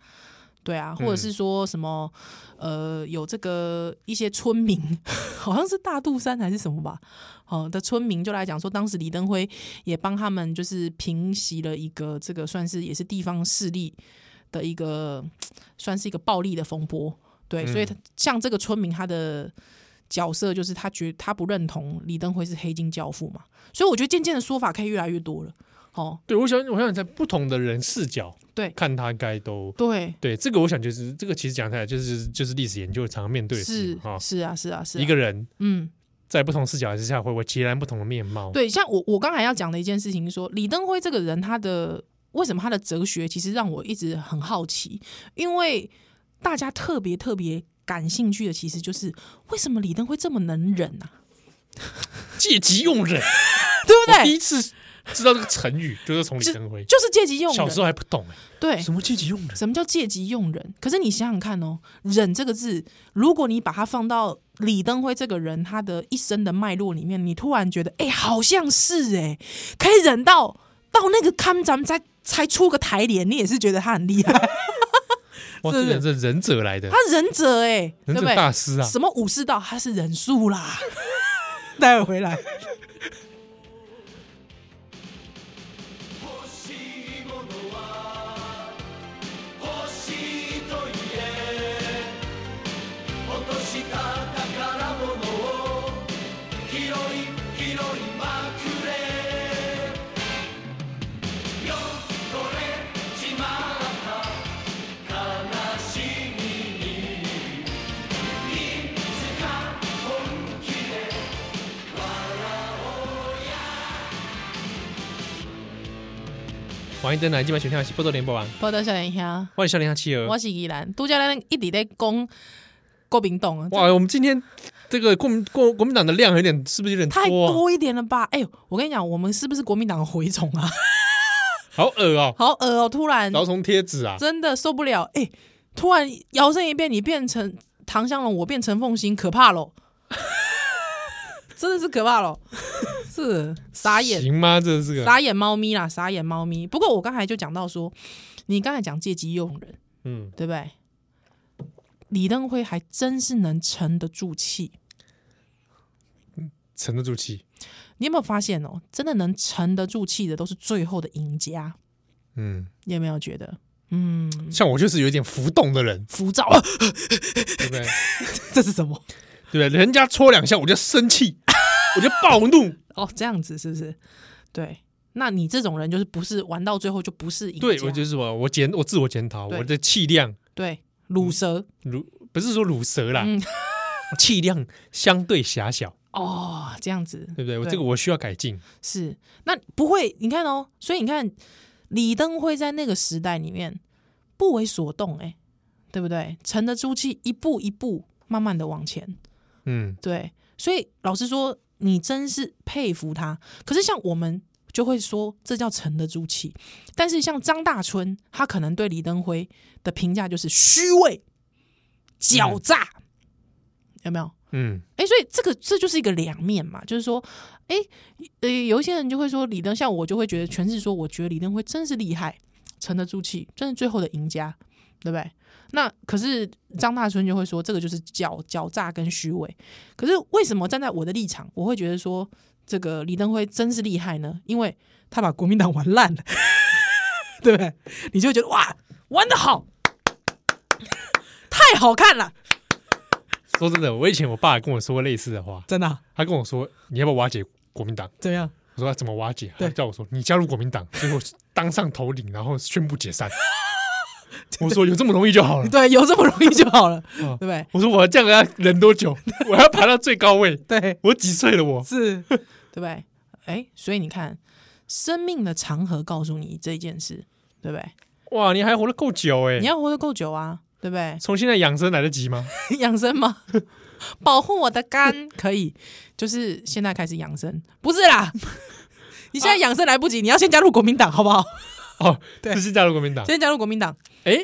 Speaker 2: 对啊，或者是说什么、呃，有这个一些村民， 好像是大肚山还是什么吧，哦的村民就来讲说，当时李登辉也帮他们就是平息了一个这个算是也是地方势力的一个算是一个暴力的风波，对，所以
Speaker 1: 嗯
Speaker 2: 他像这个村民他的。角色就是他觉他不认同李登辉是黑金教父嘛，所以我觉得渐渐的说法可以越来越多了。哦，
Speaker 1: 对，我想，我想在不同的人视角
Speaker 2: 对
Speaker 1: 看他该都
Speaker 2: 对，
Speaker 1: 对这个，我想就是这个，其实讲起来就是就是历史研究常常面对的事
Speaker 2: 是
Speaker 1: 情啊。
Speaker 2: 是啊是啊是啊
Speaker 1: 一个人
Speaker 2: 嗯，
Speaker 1: 在不同视角之下，会有截然不同的面貌。
Speaker 2: 对，像我我刚才要讲的一件事情说李登辉这个人，他的为什么他的哲学其实让我一直很好奇，因为大家特别特别感兴趣的，其实就是为什么李登辉这么能忍啊，
Speaker 1: 借机用人，
Speaker 2: 对不
Speaker 1: 我第
Speaker 2: 对？
Speaker 1: 一次知道这个成语，就是从李登辉。
Speaker 2: 就是借机用
Speaker 1: 小
Speaker 2: 人，
Speaker 1: 时候还不懂哎，
Speaker 2: 对，
Speaker 1: 什么借机用人？
Speaker 2: 什么叫借机用人？可是你想想看哦，忍这个字，如果你把它放到李登辉这个人他的一生的脉络里面，你突然觉得，哎、好像是哎、可以忍到到那个看咱们才才出个台联，你也是觉得他很厉害，
Speaker 1: 哇，这
Speaker 2: 真的
Speaker 1: 人是忍者来的
Speaker 2: 他，忍者哎、对
Speaker 1: 忍
Speaker 2: 不
Speaker 1: 者
Speaker 2: 对？
Speaker 1: 大师啊！
Speaker 2: 什么武士道，他是忍 术啦。待会回来，
Speaker 3: 欲しいものは欲しいと言え落とした宝物を拾い拾いまくれ汚れちまった悲しみにいつか本気で
Speaker 1: 欢迎登来，今晚选听的是《波多联播网》，
Speaker 2: 报道小林兄，
Speaker 1: 欢迎笑脸下企鹅。
Speaker 2: 我是依兰，杜家兰一直在讲国民党啊，
Speaker 1: 哇，我们今天这个国民国国民党的量有点，是不是有点
Speaker 2: 太
Speaker 1: 多啊？
Speaker 2: 多一点了吧？哎、我跟你讲，我们是不是国民党的蛔虫啊？
Speaker 1: 好恶哦，
Speaker 2: 好恶哦、突然
Speaker 1: 饶虫贴纸啊！
Speaker 2: 真的受不了，哎、突然摇身一变，你变成唐香龙，我变成凤新，可 怕喽！真的是可怕喽，是傻眼
Speaker 1: 行吗？这是个
Speaker 2: 傻眼猫咪啦，傻眼猫咪。不过我刚才就讲到说，你刚才讲借机用人，
Speaker 1: 嗯，
Speaker 2: 对不对？李登辉还真是能沉得住气，
Speaker 1: 沉得住气。
Speaker 2: 你有没有发现哦？真的能沉得住气的都是最后的赢家，
Speaker 1: 嗯，
Speaker 2: 你有没有觉得？嗯，
Speaker 1: 像我就是有一点浮动的人，
Speaker 2: 浮躁啊，
Speaker 1: 对不对？
Speaker 2: 这是什么？
Speaker 1: 对不对？人家戳两下我就生气， 我就暴怒。
Speaker 2: 哦，这样子是不是？对，那你这种人就是不是玩到最后就不是赢家，
Speaker 1: 对，我就是我，我检我自我检讨，
Speaker 2: 对
Speaker 1: 我的气量
Speaker 2: 对乳蛇、
Speaker 1: 如不是说乳蛇啦，
Speaker 2: 嗯
Speaker 1: 气量相对狭小，
Speaker 2: 哦，这样子
Speaker 1: 对不对？我
Speaker 2: 对
Speaker 1: 这个我需要改进。
Speaker 2: 是那不会，你看哦，所以你看李登辉在那个时代里面不为所动、哎，对不对？沉得住气，一步一步慢慢的往前，
Speaker 1: 嗯，
Speaker 2: 对，所以老实说，你真是佩服他。可是像我们就会说，这叫沉得住气。但是像张大春，他可能对李登辉的评价就是虚伪、狡诈，有没有？
Speaker 1: 嗯，
Speaker 2: 哎、所以这个这就是一个两面嘛，就是说，哎、呃，有一些人就会说李登，像我就会觉得全是说，我觉得李登辉真是厉害，沉得住气，真是最后的赢家，对不对？那可是张大春就会说，这个就是狡狡诈跟虚伪。可是为什么站在我的立场，我会觉得说这个李登辉真是厉害呢？因为他把国民党玩烂了， 对不对？你就会觉得哇，玩的好， 太好看了，
Speaker 1: 说真的，我以前我爸跟我说过类似的话，
Speaker 2: 真的啊、
Speaker 1: 他跟我说你要不要瓦解国民党？
Speaker 2: 怎么样？
Speaker 1: 我说他怎么瓦解？他
Speaker 2: 对
Speaker 1: 叫我说你加入国民党，结果当上头领，然后宣布解散。我说有这么容易就 好了。
Speaker 2: 对，有这么容易就好了，对
Speaker 1: 嗯
Speaker 2: 不对？
Speaker 1: 我说我要这样要忍多久？ 我要爬到最高位。
Speaker 2: 对，
Speaker 1: 我几岁了？我
Speaker 2: 是，对不对？哎，所以你看，生命的长河告诉你这一件事，对不对？
Speaker 1: 哇，你还活得够久哎、
Speaker 2: 你要活得够久啊，对不对？
Speaker 1: 从现在养生来得及吗？
Speaker 2: 养生嘛， 保护我的肝可以，就是现在开始养生，不是 啦。你现在养生来不及，你要先加入国民党，好不好？
Speaker 1: 哦，
Speaker 2: 对
Speaker 1: 是先加入国民党。
Speaker 2: 先加入国民党，
Speaker 1: 哎，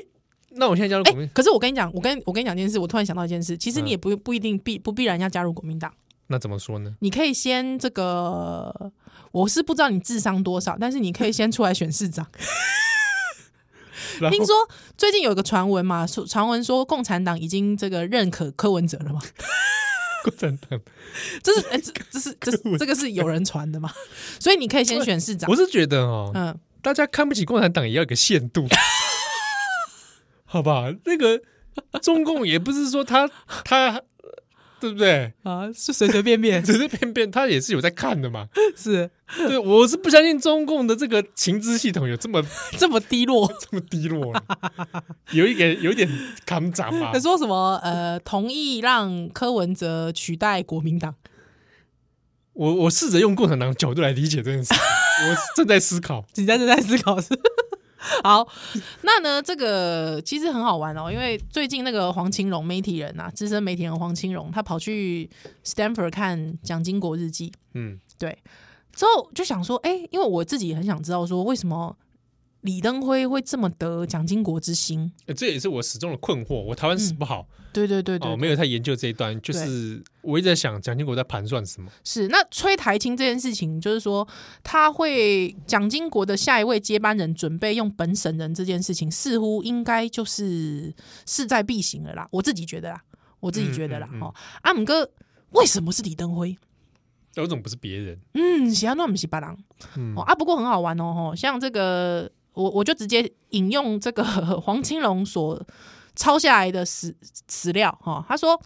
Speaker 1: 那我现在加入
Speaker 2: 哎、
Speaker 1: 国民，嗯
Speaker 2: 可是我跟你讲，我跟我跟你讲一件事，我突然想到一件事，其实你也不不一定必不必然要加入国民党，
Speaker 1: 那怎么说呢？
Speaker 2: 你可以先这个，我是不知道你智商多少，但是你可以先出来选市 长。
Speaker 1: 然后
Speaker 2: 听说最近有一个传闻嘛，说传闻说共产党已经这个认可柯文哲了嘛，
Speaker 1: 共产党，
Speaker 2: 这是哎、这这是这是这个是有人传的嘛，所以你可以先选市长
Speaker 1: 我。是觉得哦，
Speaker 2: 嗯，
Speaker 1: 大家看不起共产党也要有个限 度，好吧？那个中共也不是说他他对不对？
Speaker 2: 啊，是随随便便
Speaker 1: 随随便便他也是有在看的嘛。
Speaker 2: 是
Speaker 1: 对，我是不相信中共的这个情资系统有这么
Speaker 2: 这么低落。
Speaker 1: 这么低落了， 有一点有一点扛涨嘛
Speaker 2: 他。说什么？呃，同意让柯文哲取代国民党，
Speaker 1: 我我试着用共产党的角度来理解这件事， 我正在思考。
Speaker 2: 你在正在思考是？ 好，那呢，这个其实很好玩哦，因为最近那个黄青荣媒体人啊，资深媒体人黄青荣，他跑去 Stanford 看蒋经国日记，
Speaker 1: 嗯，
Speaker 2: 对，之后就想说，哎、因为我自己也很想知道说，为什么李登辉会这么得蒋经国之心？
Speaker 1: 呃这也是我始终的困惑。我台湾史不好、
Speaker 2: 对对对对
Speaker 1: 哦，没有太研究这一段，就是我一直在想蒋经国在盘算什么。
Speaker 2: 是，那吹台青这件事情，就是说他会蒋经国的下一位接班人准备用本省人这件事情，似乎应该就是势在必行了啦。我自己觉得啦，我自己觉得啦。
Speaker 1: 嗯嗯嗯
Speaker 2: 哦，阿姆哥为什么是李登辉？
Speaker 1: 有种不是别人，
Speaker 2: 嗯，喜欢那不是巴郎。
Speaker 1: 嗯
Speaker 2: 哦啊，不过很好玩哦，吼像这个，我我就直接引用这个 黄青龙所抄下来的史史料哈、哦，他说。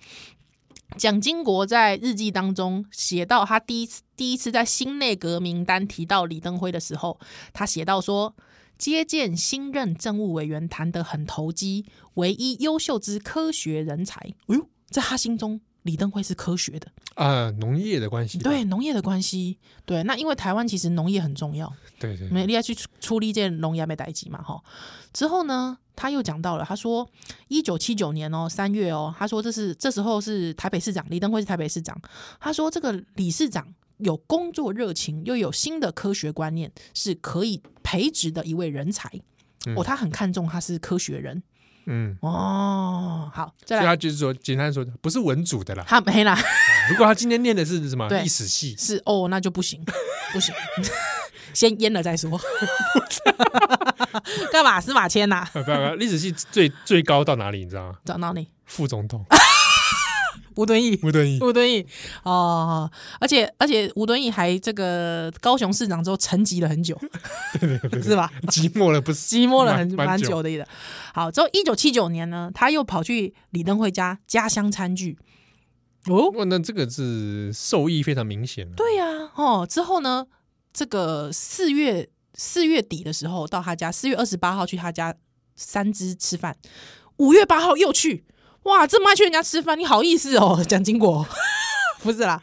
Speaker 2: 蒋经国在日记当中写到，他第一次第一次在新内阁名单提到李登辉的时候，他写到说：“接见新任政务委员谈得很投机，唯一优秀之科学人才。”哎呦，在他心中，李登辉是科学的，
Speaker 1: 啊，农业的关系吧。
Speaker 2: 对农业的关系，对那因为台湾其实农业很重要，
Speaker 1: 对对，
Speaker 2: 没你要去处处理这龙牙没代机嘛哈。之后呢，他又讲到了，他说一九七九年哦三月哦，他说这是这时候是台北市长李登辉是台北市长，他说这个理事长有工作热情，又有新的科学观念，是可以培植的一位人才。
Speaker 1: 嗯
Speaker 2: 哦，他很看重他是科学人
Speaker 1: 嗯，
Speaker 2: 哦。好，再
Speaker 1: 所以
Speaker 2: 来，
Speaker 1: 他就是说，简单说，不是文主的 啦。
Speaker 2: 他没啦，
Speaker 1: 如果他今天念的是什么
Speaker 2: 对
Speaker 1: 历史 系，
Speaker 2: 是哦，那就不行， 不行，先淹了再说。 干嘛？司马迁呐、
Speaker 1: 啊不要不要历史系最最高到哪里？你知道吗？
Speaker 2: 找到你，
Speaker 1: 副总 统
Speaker 2: 吴敦义。
Speaker 1: 吴敦义。
Speaker 2: 吴敦义哦，而且而且吴敦义还这个高雄市长之后沉寂了很久，是吧？
Speaker 1: 寂寞了不是？
Speaker 2: 寂寞了很
Speaker 1: 蛮蛮
Speaker 2: 蛮
Speaker 1: 久
Speaker 2: 久的一个。好，之后一九七九年呢，他又跑去李登辉家家乡餐具。哦，
Speaker 1: 哇，那这个是受益非常明显了。啊
Speaker 2: 对呀、哦，之后呢，这个四月四月底的时候到他家，四月二十八号去他家三只吃饭，五月八号又去，哇，这么爱去人家吃饭，你好意思哦，蒋经国？ 不是啦，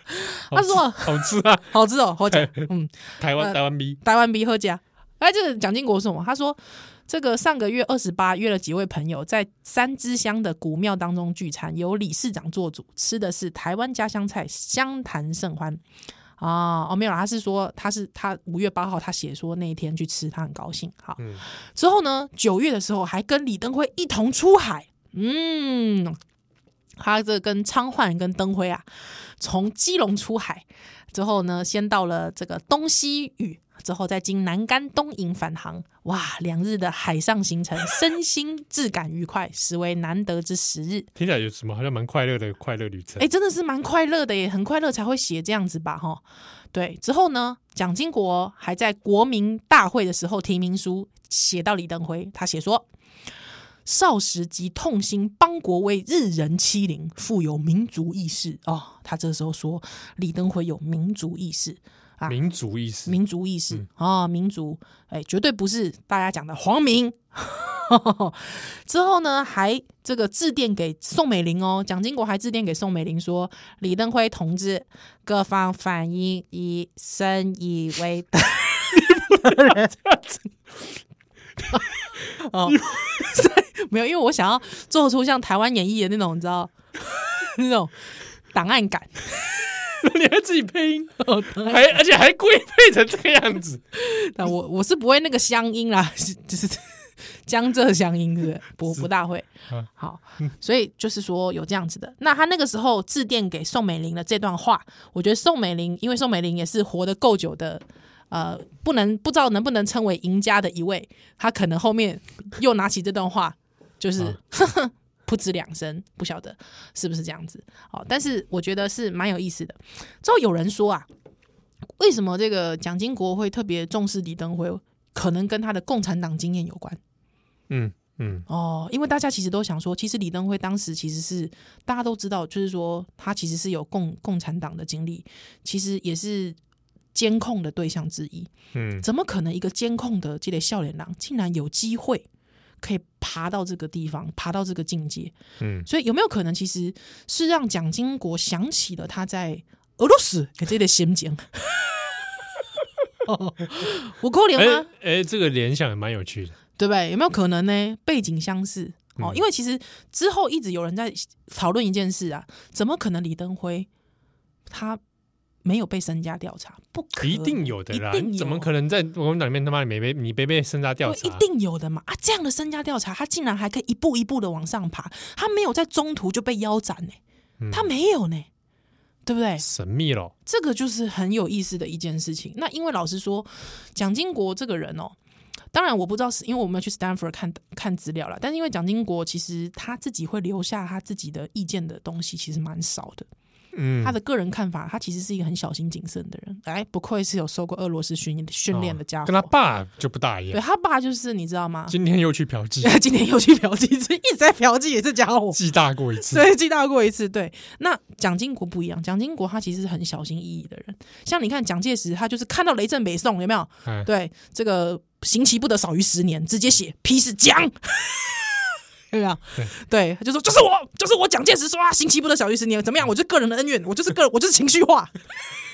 Speaker 1: 好
Speaker 2: 他
Speaker 1: 吃
Speaker 2: 说
Speaker 1: 好吃 啊，
Speaker 2: 好吃哦，好讲，嗯。
Speaker 1: 台湾
Speaker 2: 呃
Speaker 1: 台湾逼，
Speaker 2: 台湾比喝家。哎，这个蒋经国是什么？他说，这个上个月二十八约了几位朋友，在三支乡的古庙当中聚餐，由理事长做主，吃的是台湾家乡菜，相谈甚欢。啊，哦，没有啦，他是说他是他五月八号他写说那一天去吃，他很高兴。好，
Speaker 1: 嗯
Speaker 2: 之后呢，九月的时候还跟李登辉一同出海。嗯，他这跟昌焕跟登辉啊，从基隆出海之后呢，先到了这个东西屿，之后再经南竿东引返航。哇，两日的海上行程，身心质感愉快，实为难得之十日。
Speaker 1: 听起来有什么好像蛮快乐的快乐旅程
Speaker 2: 哎、。真的是蛮快乐的耶，很快乐才会写这样子吧，哈。对，之后呢，蒋经国还在国民大会的时候提名书写到李登辉，他写说：“少时即痛心邦国为日人欺凌，富有民族意识。”哦，他这时候说李登辉有民族意识。啊
Speaker 1: 民族意 识，
Speaker 2: 民族意识啊、哦，民族，哎，绝对不是大家讲的皇民。 之后呢，还这个致电给宋美龄哦，蒋经国还致电给宋美龄说，李登辉同志，各方反应以深以为德。哦，所以 没有，因为我想要做出像台湾演艺的那种，你知道， 那种档案感，
Speaker 1: 你还自己配 音，
Speaker 2: 哦
Speaker 1: 还而且还故意配成这个样子，
Speaker 2: 但我我是不会那个乡音啦，是就是 江浙乡音，是不是？不不大会
Speaker 1: 啊。
Speaker 2: 好，所以就是说有这样子的。那他那个时候致电给宋美龄的这段话，我觉得宋美龄，因为宋美龄也是活得够久的。呃，不能不知道能不能称为赢家的一位，他可能后面又拿起这段话，就是、噗嗤两声， 不晓得是不是这样子。好，但是我觉得是蛮有意思的。之后有人说啊，为什么这个蒋经国会特别重视李登辉？可能跟他的共产党经验有关
Speaker 1: 嗯嗯
Speaker 2: 哦，因为大家其实都想说，其实李登辉当时其实是大家都知道，就是说他其实是有共共产党的经历，其实也是监控的对象之一。
Speaker 1: 嗯，
Speaker 2: 怎么可能一个监控的这类笑脸狼竟然有机会可以爬到这个地方，爬到这个境界？
Speaker 1: 嗯
Speaker 2: 所以有没有可能其实是让蒋经国想起了他在俄罗斯给这类心情？ 哦，我扣脸
Speaker 1: 哎
Speaker 2: 吗？
Speaker 1: 哎，这个联想也蛮有趣的，
Speaker 2: 对不对？有没有可能呢？背景相似
Speaker 1: 嗯
Speaker 2: 哦，因为其实之后一直有人在讨论一件事啊，怎么可能李登辉他没有被身家调查？不可能，
Speaker 1: 一定有的啦
Speaker 2: 一定，有
Speaker 1: 怎么可能在国民党里面他妈没被你没被深查调查？
Speaker 2: 对，一定有的嘛！啊，这样的身家调查，他竟然还可以一步一步的往上爬，他没有在中途就被腰斩呢、欸
Speaker 1: 嗯
Speaker 2: 他没有呢、对不对？
Speaker 1: 啊神秘咯。
Speaker 2: 这个就是很有意思的一件事情。那因为老实说，蒋经国这个人哦，当然我不知道是因为我没有去 Stanford 看看资料了，但是因为蒋经国其实他自己会留下他自己的意见的东西，其实蛮少的。
Speaker 1: 嗯，
Speaker 2: 他的个人看法，他其实是一个很小心谨慎的人。哎，不愧是有受过俄罗斯训训练的家伙，
Speaker 1: 哦跟他爸就不大一
Speaker 2: 对
Speaker 1: 样。
Speaker 2: 啊他爸就是你知道吗？
Speaker 1: 今天又去嫖妓，
Speaker 2: 今天又去嫖妓，一直一直在嫖妓，也是家 伙。
Speaker 1: 记大过一次。
Speaker 2: 对，记到过一次。对，那蒋经国不一样，蒋经国他其实是很小心翼翼的人。像你看蒋介石，他就是看到雷震北宋有没有？
Speaker 1: 嗯
Speaker 2: 对，这个刑期不得少于十年，直接写批是蒋， 有没有？对，他就说就是我，就是我蒋介石说啊，刑期不得少于十年，怎么样？我就个人的恩怨，我就是 个，我就是情绪化，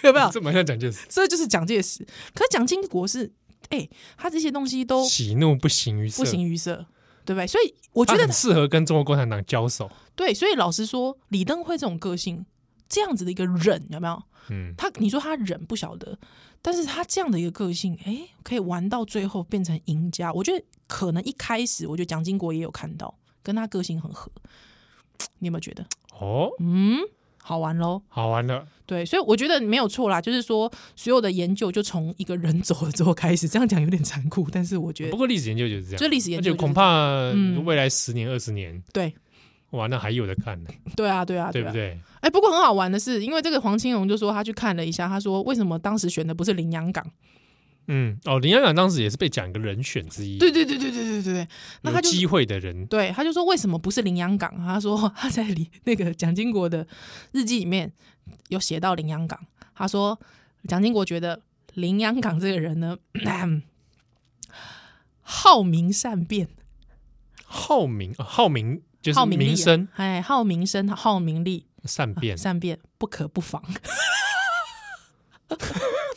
Speaker 2: 有没有？
Speaker 1: 这么像蒋介石，
Speaker 2: 这就是蒋介石。可是蒋经国是，哎、他这些东西都
Speaker 1: 喜怒不形于色，
Speaker 2: 不形于色，对不对？所以我觉
Speaker 1: 他
Speaker 2: 得
Speaker 1: 很适合跟中国共产党交手。
Speaker 2: 对，所以老实说，李登辉这种个性，这样子的一个忍有没有？
Speaker 1: 嗯，
Speaker 2: 他你说他忍不晓得，但是他这样的一个个性，哎，可以玩到最后变成赢家。我觉得可能一开始，我觉得蒋经国也有看到，跟他个性很合。你有没有觉得？
Speaker 1: 哦，
Speaker 2: 嗯，好玩喽。
Speaker 1: 好玩了，
Speaker 2: 对，所以我觉得没有错啦，就是说所有的研究就从一个人走了之后开始。这样讲有点残酷，但是我觉
Speaker 1: 不
Speaker 2: 得
Speaker 1: 过历史研究就是这样，
Speaker 2: 嗯就历史研究
Speaker 1: 而且
Speaker 2: 就是
Speaker 1: 恐怕
Speaker 2: 嗯
Speaker 1: 未来十年、二十年，
Speaker 2: 对，
Speaker 1: 哇，那还有的看呢，
Speaker 2: 对啊，对啊，
Speaker 1: 对
Speaker 2: 啊
Speaker 1: 不对？
Speaker 2: 哎、不过很好玩的是，因为这个黄青荣就说他去看了一下，他说为什么当时选的不是羚羊港？
Speaker 1: 嗯，哦，林安港当时也是被讲一个人选之一，
Speaker 2: 对对对对对对对对，那
Speaker 1: 有
Speaker 2: 他就
Speaker 1: 机会的人，
Speaker 2: 对他就说为什么不是羚羊港？他说 他在里那个蒋经国的日记里面有写到羚羊港，他说蒋经国觉得羚羊港这个人呢，好名善辩，
Speaker 1: 好名，啊好名就是
Speaker 2: 好名利啊
Speaker 1: 名 声，
Speaker 2: 哎，好名声，好名利，
Speaker 1: 善变，
Speaker 2: 善变不可不防。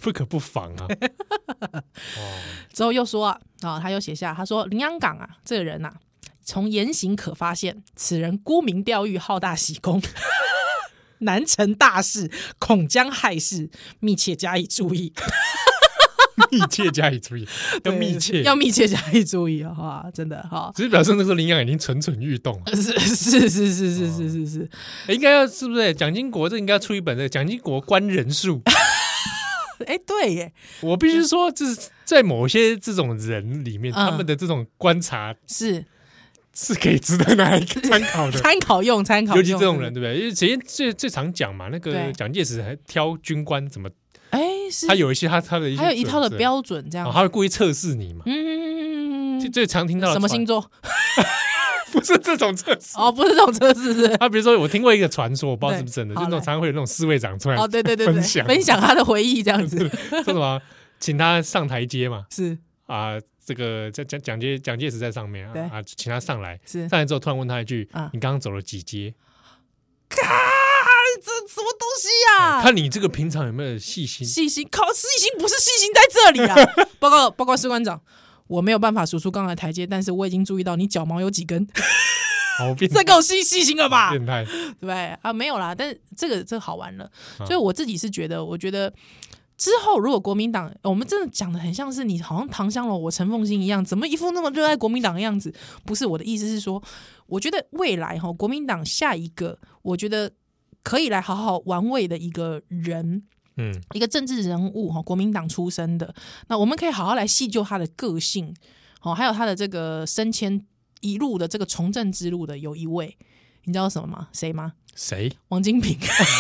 Speaker 1: 不可不防啊。 哦，
Speaker 2: 之后又说啊，啊、他又写下，他说林洋港啊，这个人呐、从言行可发现，此人沽名钓誉，好大喜功， 难成大事，恐将害事，密切加以注意。
Speaker 1: 密切加 以注意，要密切，
Speaker 2: 要密切加以注意啊！哇真的哈、
Speaker 1: 只是表示那时候林安已经蠢蠢欲动了。
Speaker 2: 是是是是是是是是，
Speaker 1: 哎应该要是不是？蒋经国这应该要出一本这个蒋经国观人术。
Speaker 2: 哎、对耶，
Speaker 1: 我必须说，就是在某些这种人里面，
Speaker 2: 嗯
Speaker 1: 他们的这种观察
Speaker 2: 是
Speaker 1: 是可以值得拿来参考的。
Speaker 2: 参考用参考用，
Speaker 1: 尤其这种人，，对不对？因为之前最最常讲嘛，那个
Speaker 2: 对
Speaker 1: 蒋介石还挑军官怎么，
Speaker 2: 哎、是
Speaker 1: 他有一些他他的一些
Speaker 2: 还有一套的
Speaker 1: 准则，
Speaker 2: 标准啊这样
Speaker 1: 哦，，他会故意测试你嘛。
Speaker 2: 嗯，
Speaker 1: 最最常听到的
Speaker 2: 什么
Speaker 1: 传
Speaker 2: 星座？
Speaker 1: 不是这种测试。
Speaker 2: 哦，不是这种车是不是？
Speaker 1: 他比如说，我听过一个传说，我不知道是不是真的，
Speaker 2: 对
Speaker 1: 就那种
Speaker 2: 好来
Speaker 1: 常常会有那种侍卫长出来
Speaker 2: 哦，对对对对，
Speaker 1: 分享
Speaker 2: 分享他的回忆这样子，
Speaker 1: 说什么，请他上台阶嘛，
Speaker 2: 是
Speaker 1: 啊，这个蒋蒋蒋介蒋介石在上面
Speaker 2: 对
Speaker 1: 啊，啊，请他上来，
Speaker 2: 是，
Speaker 1: 上来之后突然问他一句
Speaker 2: 啊：“
Speaker 1: 你刚刚走了几阶？”
Speaker 2: 看这什么东西呀、
Speaker 1: 看你这个平常有没有细心，
Speaker 2: 细心，靠，细心不是细心在这里 啊！报告报告，士官长，我没有办法数出刚才的台阶，但是我已经注意到你脚毛有几根，
Speaker 1: 好变
Speaker 2: 啊这够细细心了吧？
Speaker 1: 变态，
Speaker 2: 啊对啊，没有啦，但是这个这个好玩了，
Speaker 1: 啊
Speaker 2: 所以我自己是觉得，我觉得之后，如果国民党，呃我们真的讲的很像是你好像唐香龙、我陈凤新一样，怎么一副那么热爱国民党的样子？不是我的意思是说，我觉得未来哈，国民党下一个，我觉得可以来好好玩味的一个人，
Speaker 1: 嗯，
Speaker 2: 一个政治人物哈，国民党出身的，那我们可以好好来细究他的个性，哦，还有他的这个升迁一路的这个从政之路的有一位，你知道什么吗？谁吗？
Speaker 1: 谁
Speaker 2: 王金平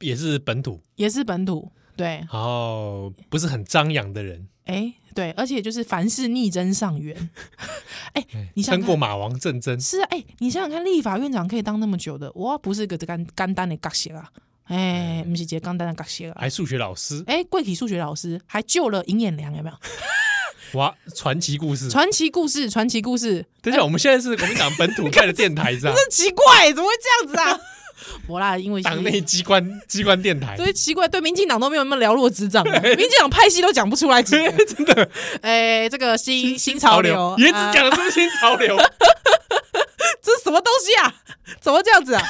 Speaker 1: 也是本土，
Speaker 2: 也是本土，对，
Speaker 1: 然后不是很张扬的人，
Speaker 2: 哎，对，而且就是凡事逆增上缘， 哎，你想
Speaker 1: 撑
Speaker 2: 想
Speaker 1: 过
Speaker 2: 看
Speaker 1: 马王战争，
Speaker 2: 是啊，哎，你想想看，立法院长可以当那么久的，我不是一个干干单的角色啊，哎，不是一个干单的角色啊，
Speaker 1: 还数学老师，
Speaker 2: 哎，贵体数学老师还救了尹衍良，有没有？
Speaker 1: 哇，传奇故事。
Speaker 2: 传奇故事，传奇故事，
Speaker 1: 等一下，我们现在是国民党本土开的电台，是吧？
Speaker 2: 很奇怪，怎么会这样子啊？ 不啦，因为
Speaker 1: 党内机关机关电台，
Speaker 2: 所以奇怪，对民进党都没有那么了若指掌 啊，民进党派系都讲不出 来几个， 真的。哎，这个新新潮流，
Speaker 1: 也只
Speaker 2: 啊
Speaker 1: 讲的是新潮 流，
Speaker 2: 这什么东西啊？ 怎么这样子啊？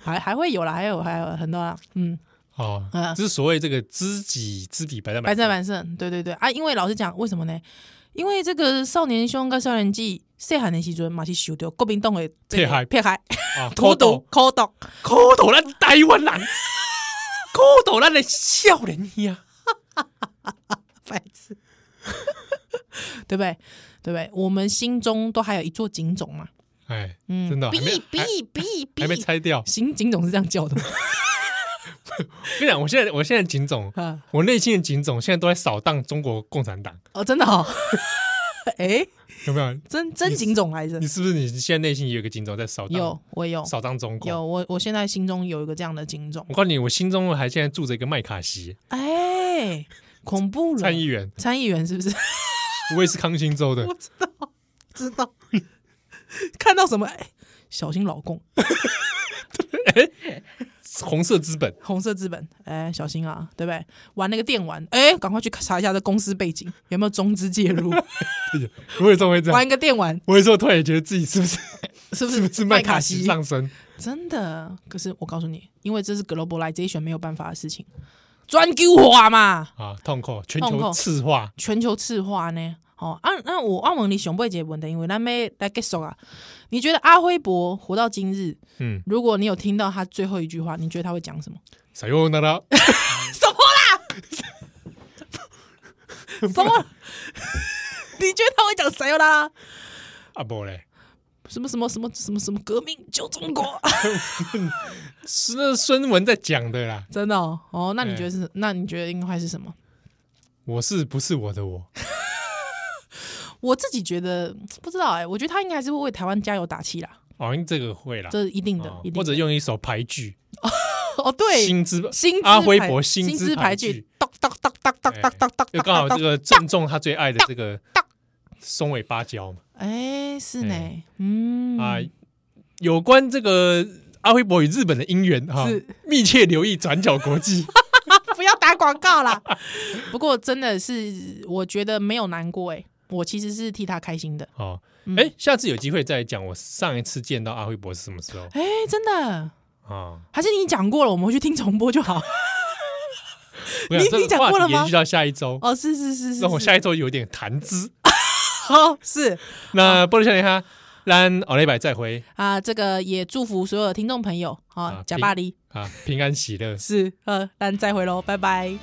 Speaker 2: 还还会有啦，还有还有很多啊，嗯，
Speaker 1: 哦
Speaker 2: 啊，
Speaker 1: 这是所谓这个知己知彼，百战
Speaker 2: 百战
Speaker 1: 胜。
Speaker 2: 百胜，对对对啊，因为老实讲，为什么呢？因为这个少年凶跟少年记，细汉的时阵嘛是受到国民党的这
Speaker 1: 迫害
Speaker 2: 个迫 害，
Speaker 1: 啊，
Speaker 2: 苦毒苦毒，
Speaker 1: 苦毒咱台湾人， 苦毒咱的少年呀，
Speaker 2: 白痴， 对不对？对不对？我们心中都还有一座警种嘛，
Speaker 1: 哎，
Speaker 2: 嗯，
Speaker 1: 真的
Speaker 2: 比
Speaker 1: 还没还
Speaker 2: 比比比，
Speaker 1: 还没拆掉。
Speaker 2: 行，警总是这样 叫的吗？
Speaker 1: 我跟你讲，我现在我现在警总，
Speaker 2: 啊，
Speaker 1: 我内心的警总现在都在扫荡中国共产党，
Speaker 2: 哦，真的哦， 哎，
Speaker 1: 有没有？
Speaker 2: 真真警总来着
Speaker 1: 你，是不是你现在内心也有一个警总在扫荡？
Speaker 2: 有我有
Speaker 1: 扫荡中共。
Speaker 2: 有我我现在心中有一个这样的警总
Speaker 1: 我，告诉你，我心中还现在住着一个麦卡锡
Speaker 2: 哎，恐怖了，
Speaker 1: 参议员，
Speaker 2: 参议员是不是？
Speaker 1: 威斯康星州的
Speaker 2: 我，知道， 知道， 看到什么？哎，小心老公，
Speaker 1: 红色资本。
Speaker 2: 红色资本，哎，小心啊，对不对？玩那个电玩，哎，赶快去查一下这公司背景有没有中资介 入，
Speaker 1: 我有时候会这
Speaker 2: 玩
Speaker 1: 样，
Speaker 2: 一个电玩
Speaker 1: 我有时候突然也觉得自己是不是
Speaker 2: 是不
Speaker 1: 是不是麦卡锡
Speaker 2: 西？
Speaker 1: 上身？
Speaker 2: 真的，可是我告诉你，因为这是 globalization 没有办法的事情，专究化嘛，
Speaker 1: 啊，痛苦，全
Speaker 2: 痛
Speaker 1: 球
Speaker 2: 苦
Speaker 1: 赤化，
Speaker 2: 全球赤化呢。哦，啊，那我阿问你熊贝姐问的，因为咱们来 get 手啊。你觉得阿辉伯活到今日，
Speaker 1: 嗯，
Speaker 2: 如果你有听到他最后一句话，你觉得他会讲什么？
Speaker 1: 撒由那拉，
Speaker 2: 什么啦？什么？ 你觉得他会讲谁有啦？
Speaker 1: 啊不嘞，
Speaker 2: 什么什么什么什么什么革命救中国？
Speaker 1: 是那孙文在讲的啦，
Speaker 2: 真的哦，哦，那你
Speaker 1: 对
Speaker 2: 觉得是？那你觉得应该会是什么？
Speaker 1: 我是不是我的我？
Speaker 2: 我自己觉得不知道哎、我觉得他应该还是会为台湾加油打气啦，
Speaker 1: 好像哦这个会啦，
Speaker 2: 这是一定的，
Speaker 1: 啊
Speaker 2: 一定的
Speaker 1: 或者用一首牌剧，
Speaker 2: 哦对，
Speaker 1: 薪资
Speaker 2: 薪资
Speaker 1: 阿辉
Speaker 2: 牌
Speaker 1: 伯薪
Speaker 2: 薪
Speaker 1: 资
Speaker 2: 资
Speaker 1: 牌
Speaker 2: 牌
Speaker 1: 剧
Speaker 2: 剧，，当当当当当当当当，
Speaker 1: 又刚好这
Speaker 2: 当，
Speaker 1: 个正中他最爱的这个
Speaker 2: 当
Speaker 1: 松尾芭蕉嘛，
Speaker 2: 哎是
Speaker 1: 哎
Speaker 2: 呢，嗯
Speaker 1: 啊，有关这个阿辉伯与日本的姻缘哈
Speaker 2: 是，
Speaker 1: 密切留意转角国 际，
Speaker 2: 不要打广 告啦。不过真的是，我觉得没有难过哎、我其实是替他开心的。
Speaker 1: 哦，
Speaker 2: 嗯
Speaker 1: 哎，下次有机会再讲我上一次见到阿辉伯是什么时候
Speaker 2: 哎、真的，
Speaker 1: 啊？
Speaker 2: 还是你讲过了，我们回去听重播 就好。
Speaker 1: 我想
Speaker 2: 你
Speaker 1: 这个
Speaker 2: 你讲
Speaker 1: 话
Speaker 2: 过
Speaker 1: 题
Speaker 2: 了吗
Speaker 1: 延续到下一周，
Speaker 2: 哦，是是是是，
Speaker 1: 让我
Speaker 2: 是
Speaker 1: 下一周有点谈资。
Speaker 2: 好是
Speaker 1: 那波多少年哈，咱奥礼拜再回
Speaker 2: 啊，这个也祝福所有的听众朋友
Speaker 1: 啊
Speaker 2: 啊，假
Speaker 1: 平
Speaker 2: 巴黎
Speaker 1: 啊，平安喜乐。
Speaker 2: 是呃，那再会喽，拜拜。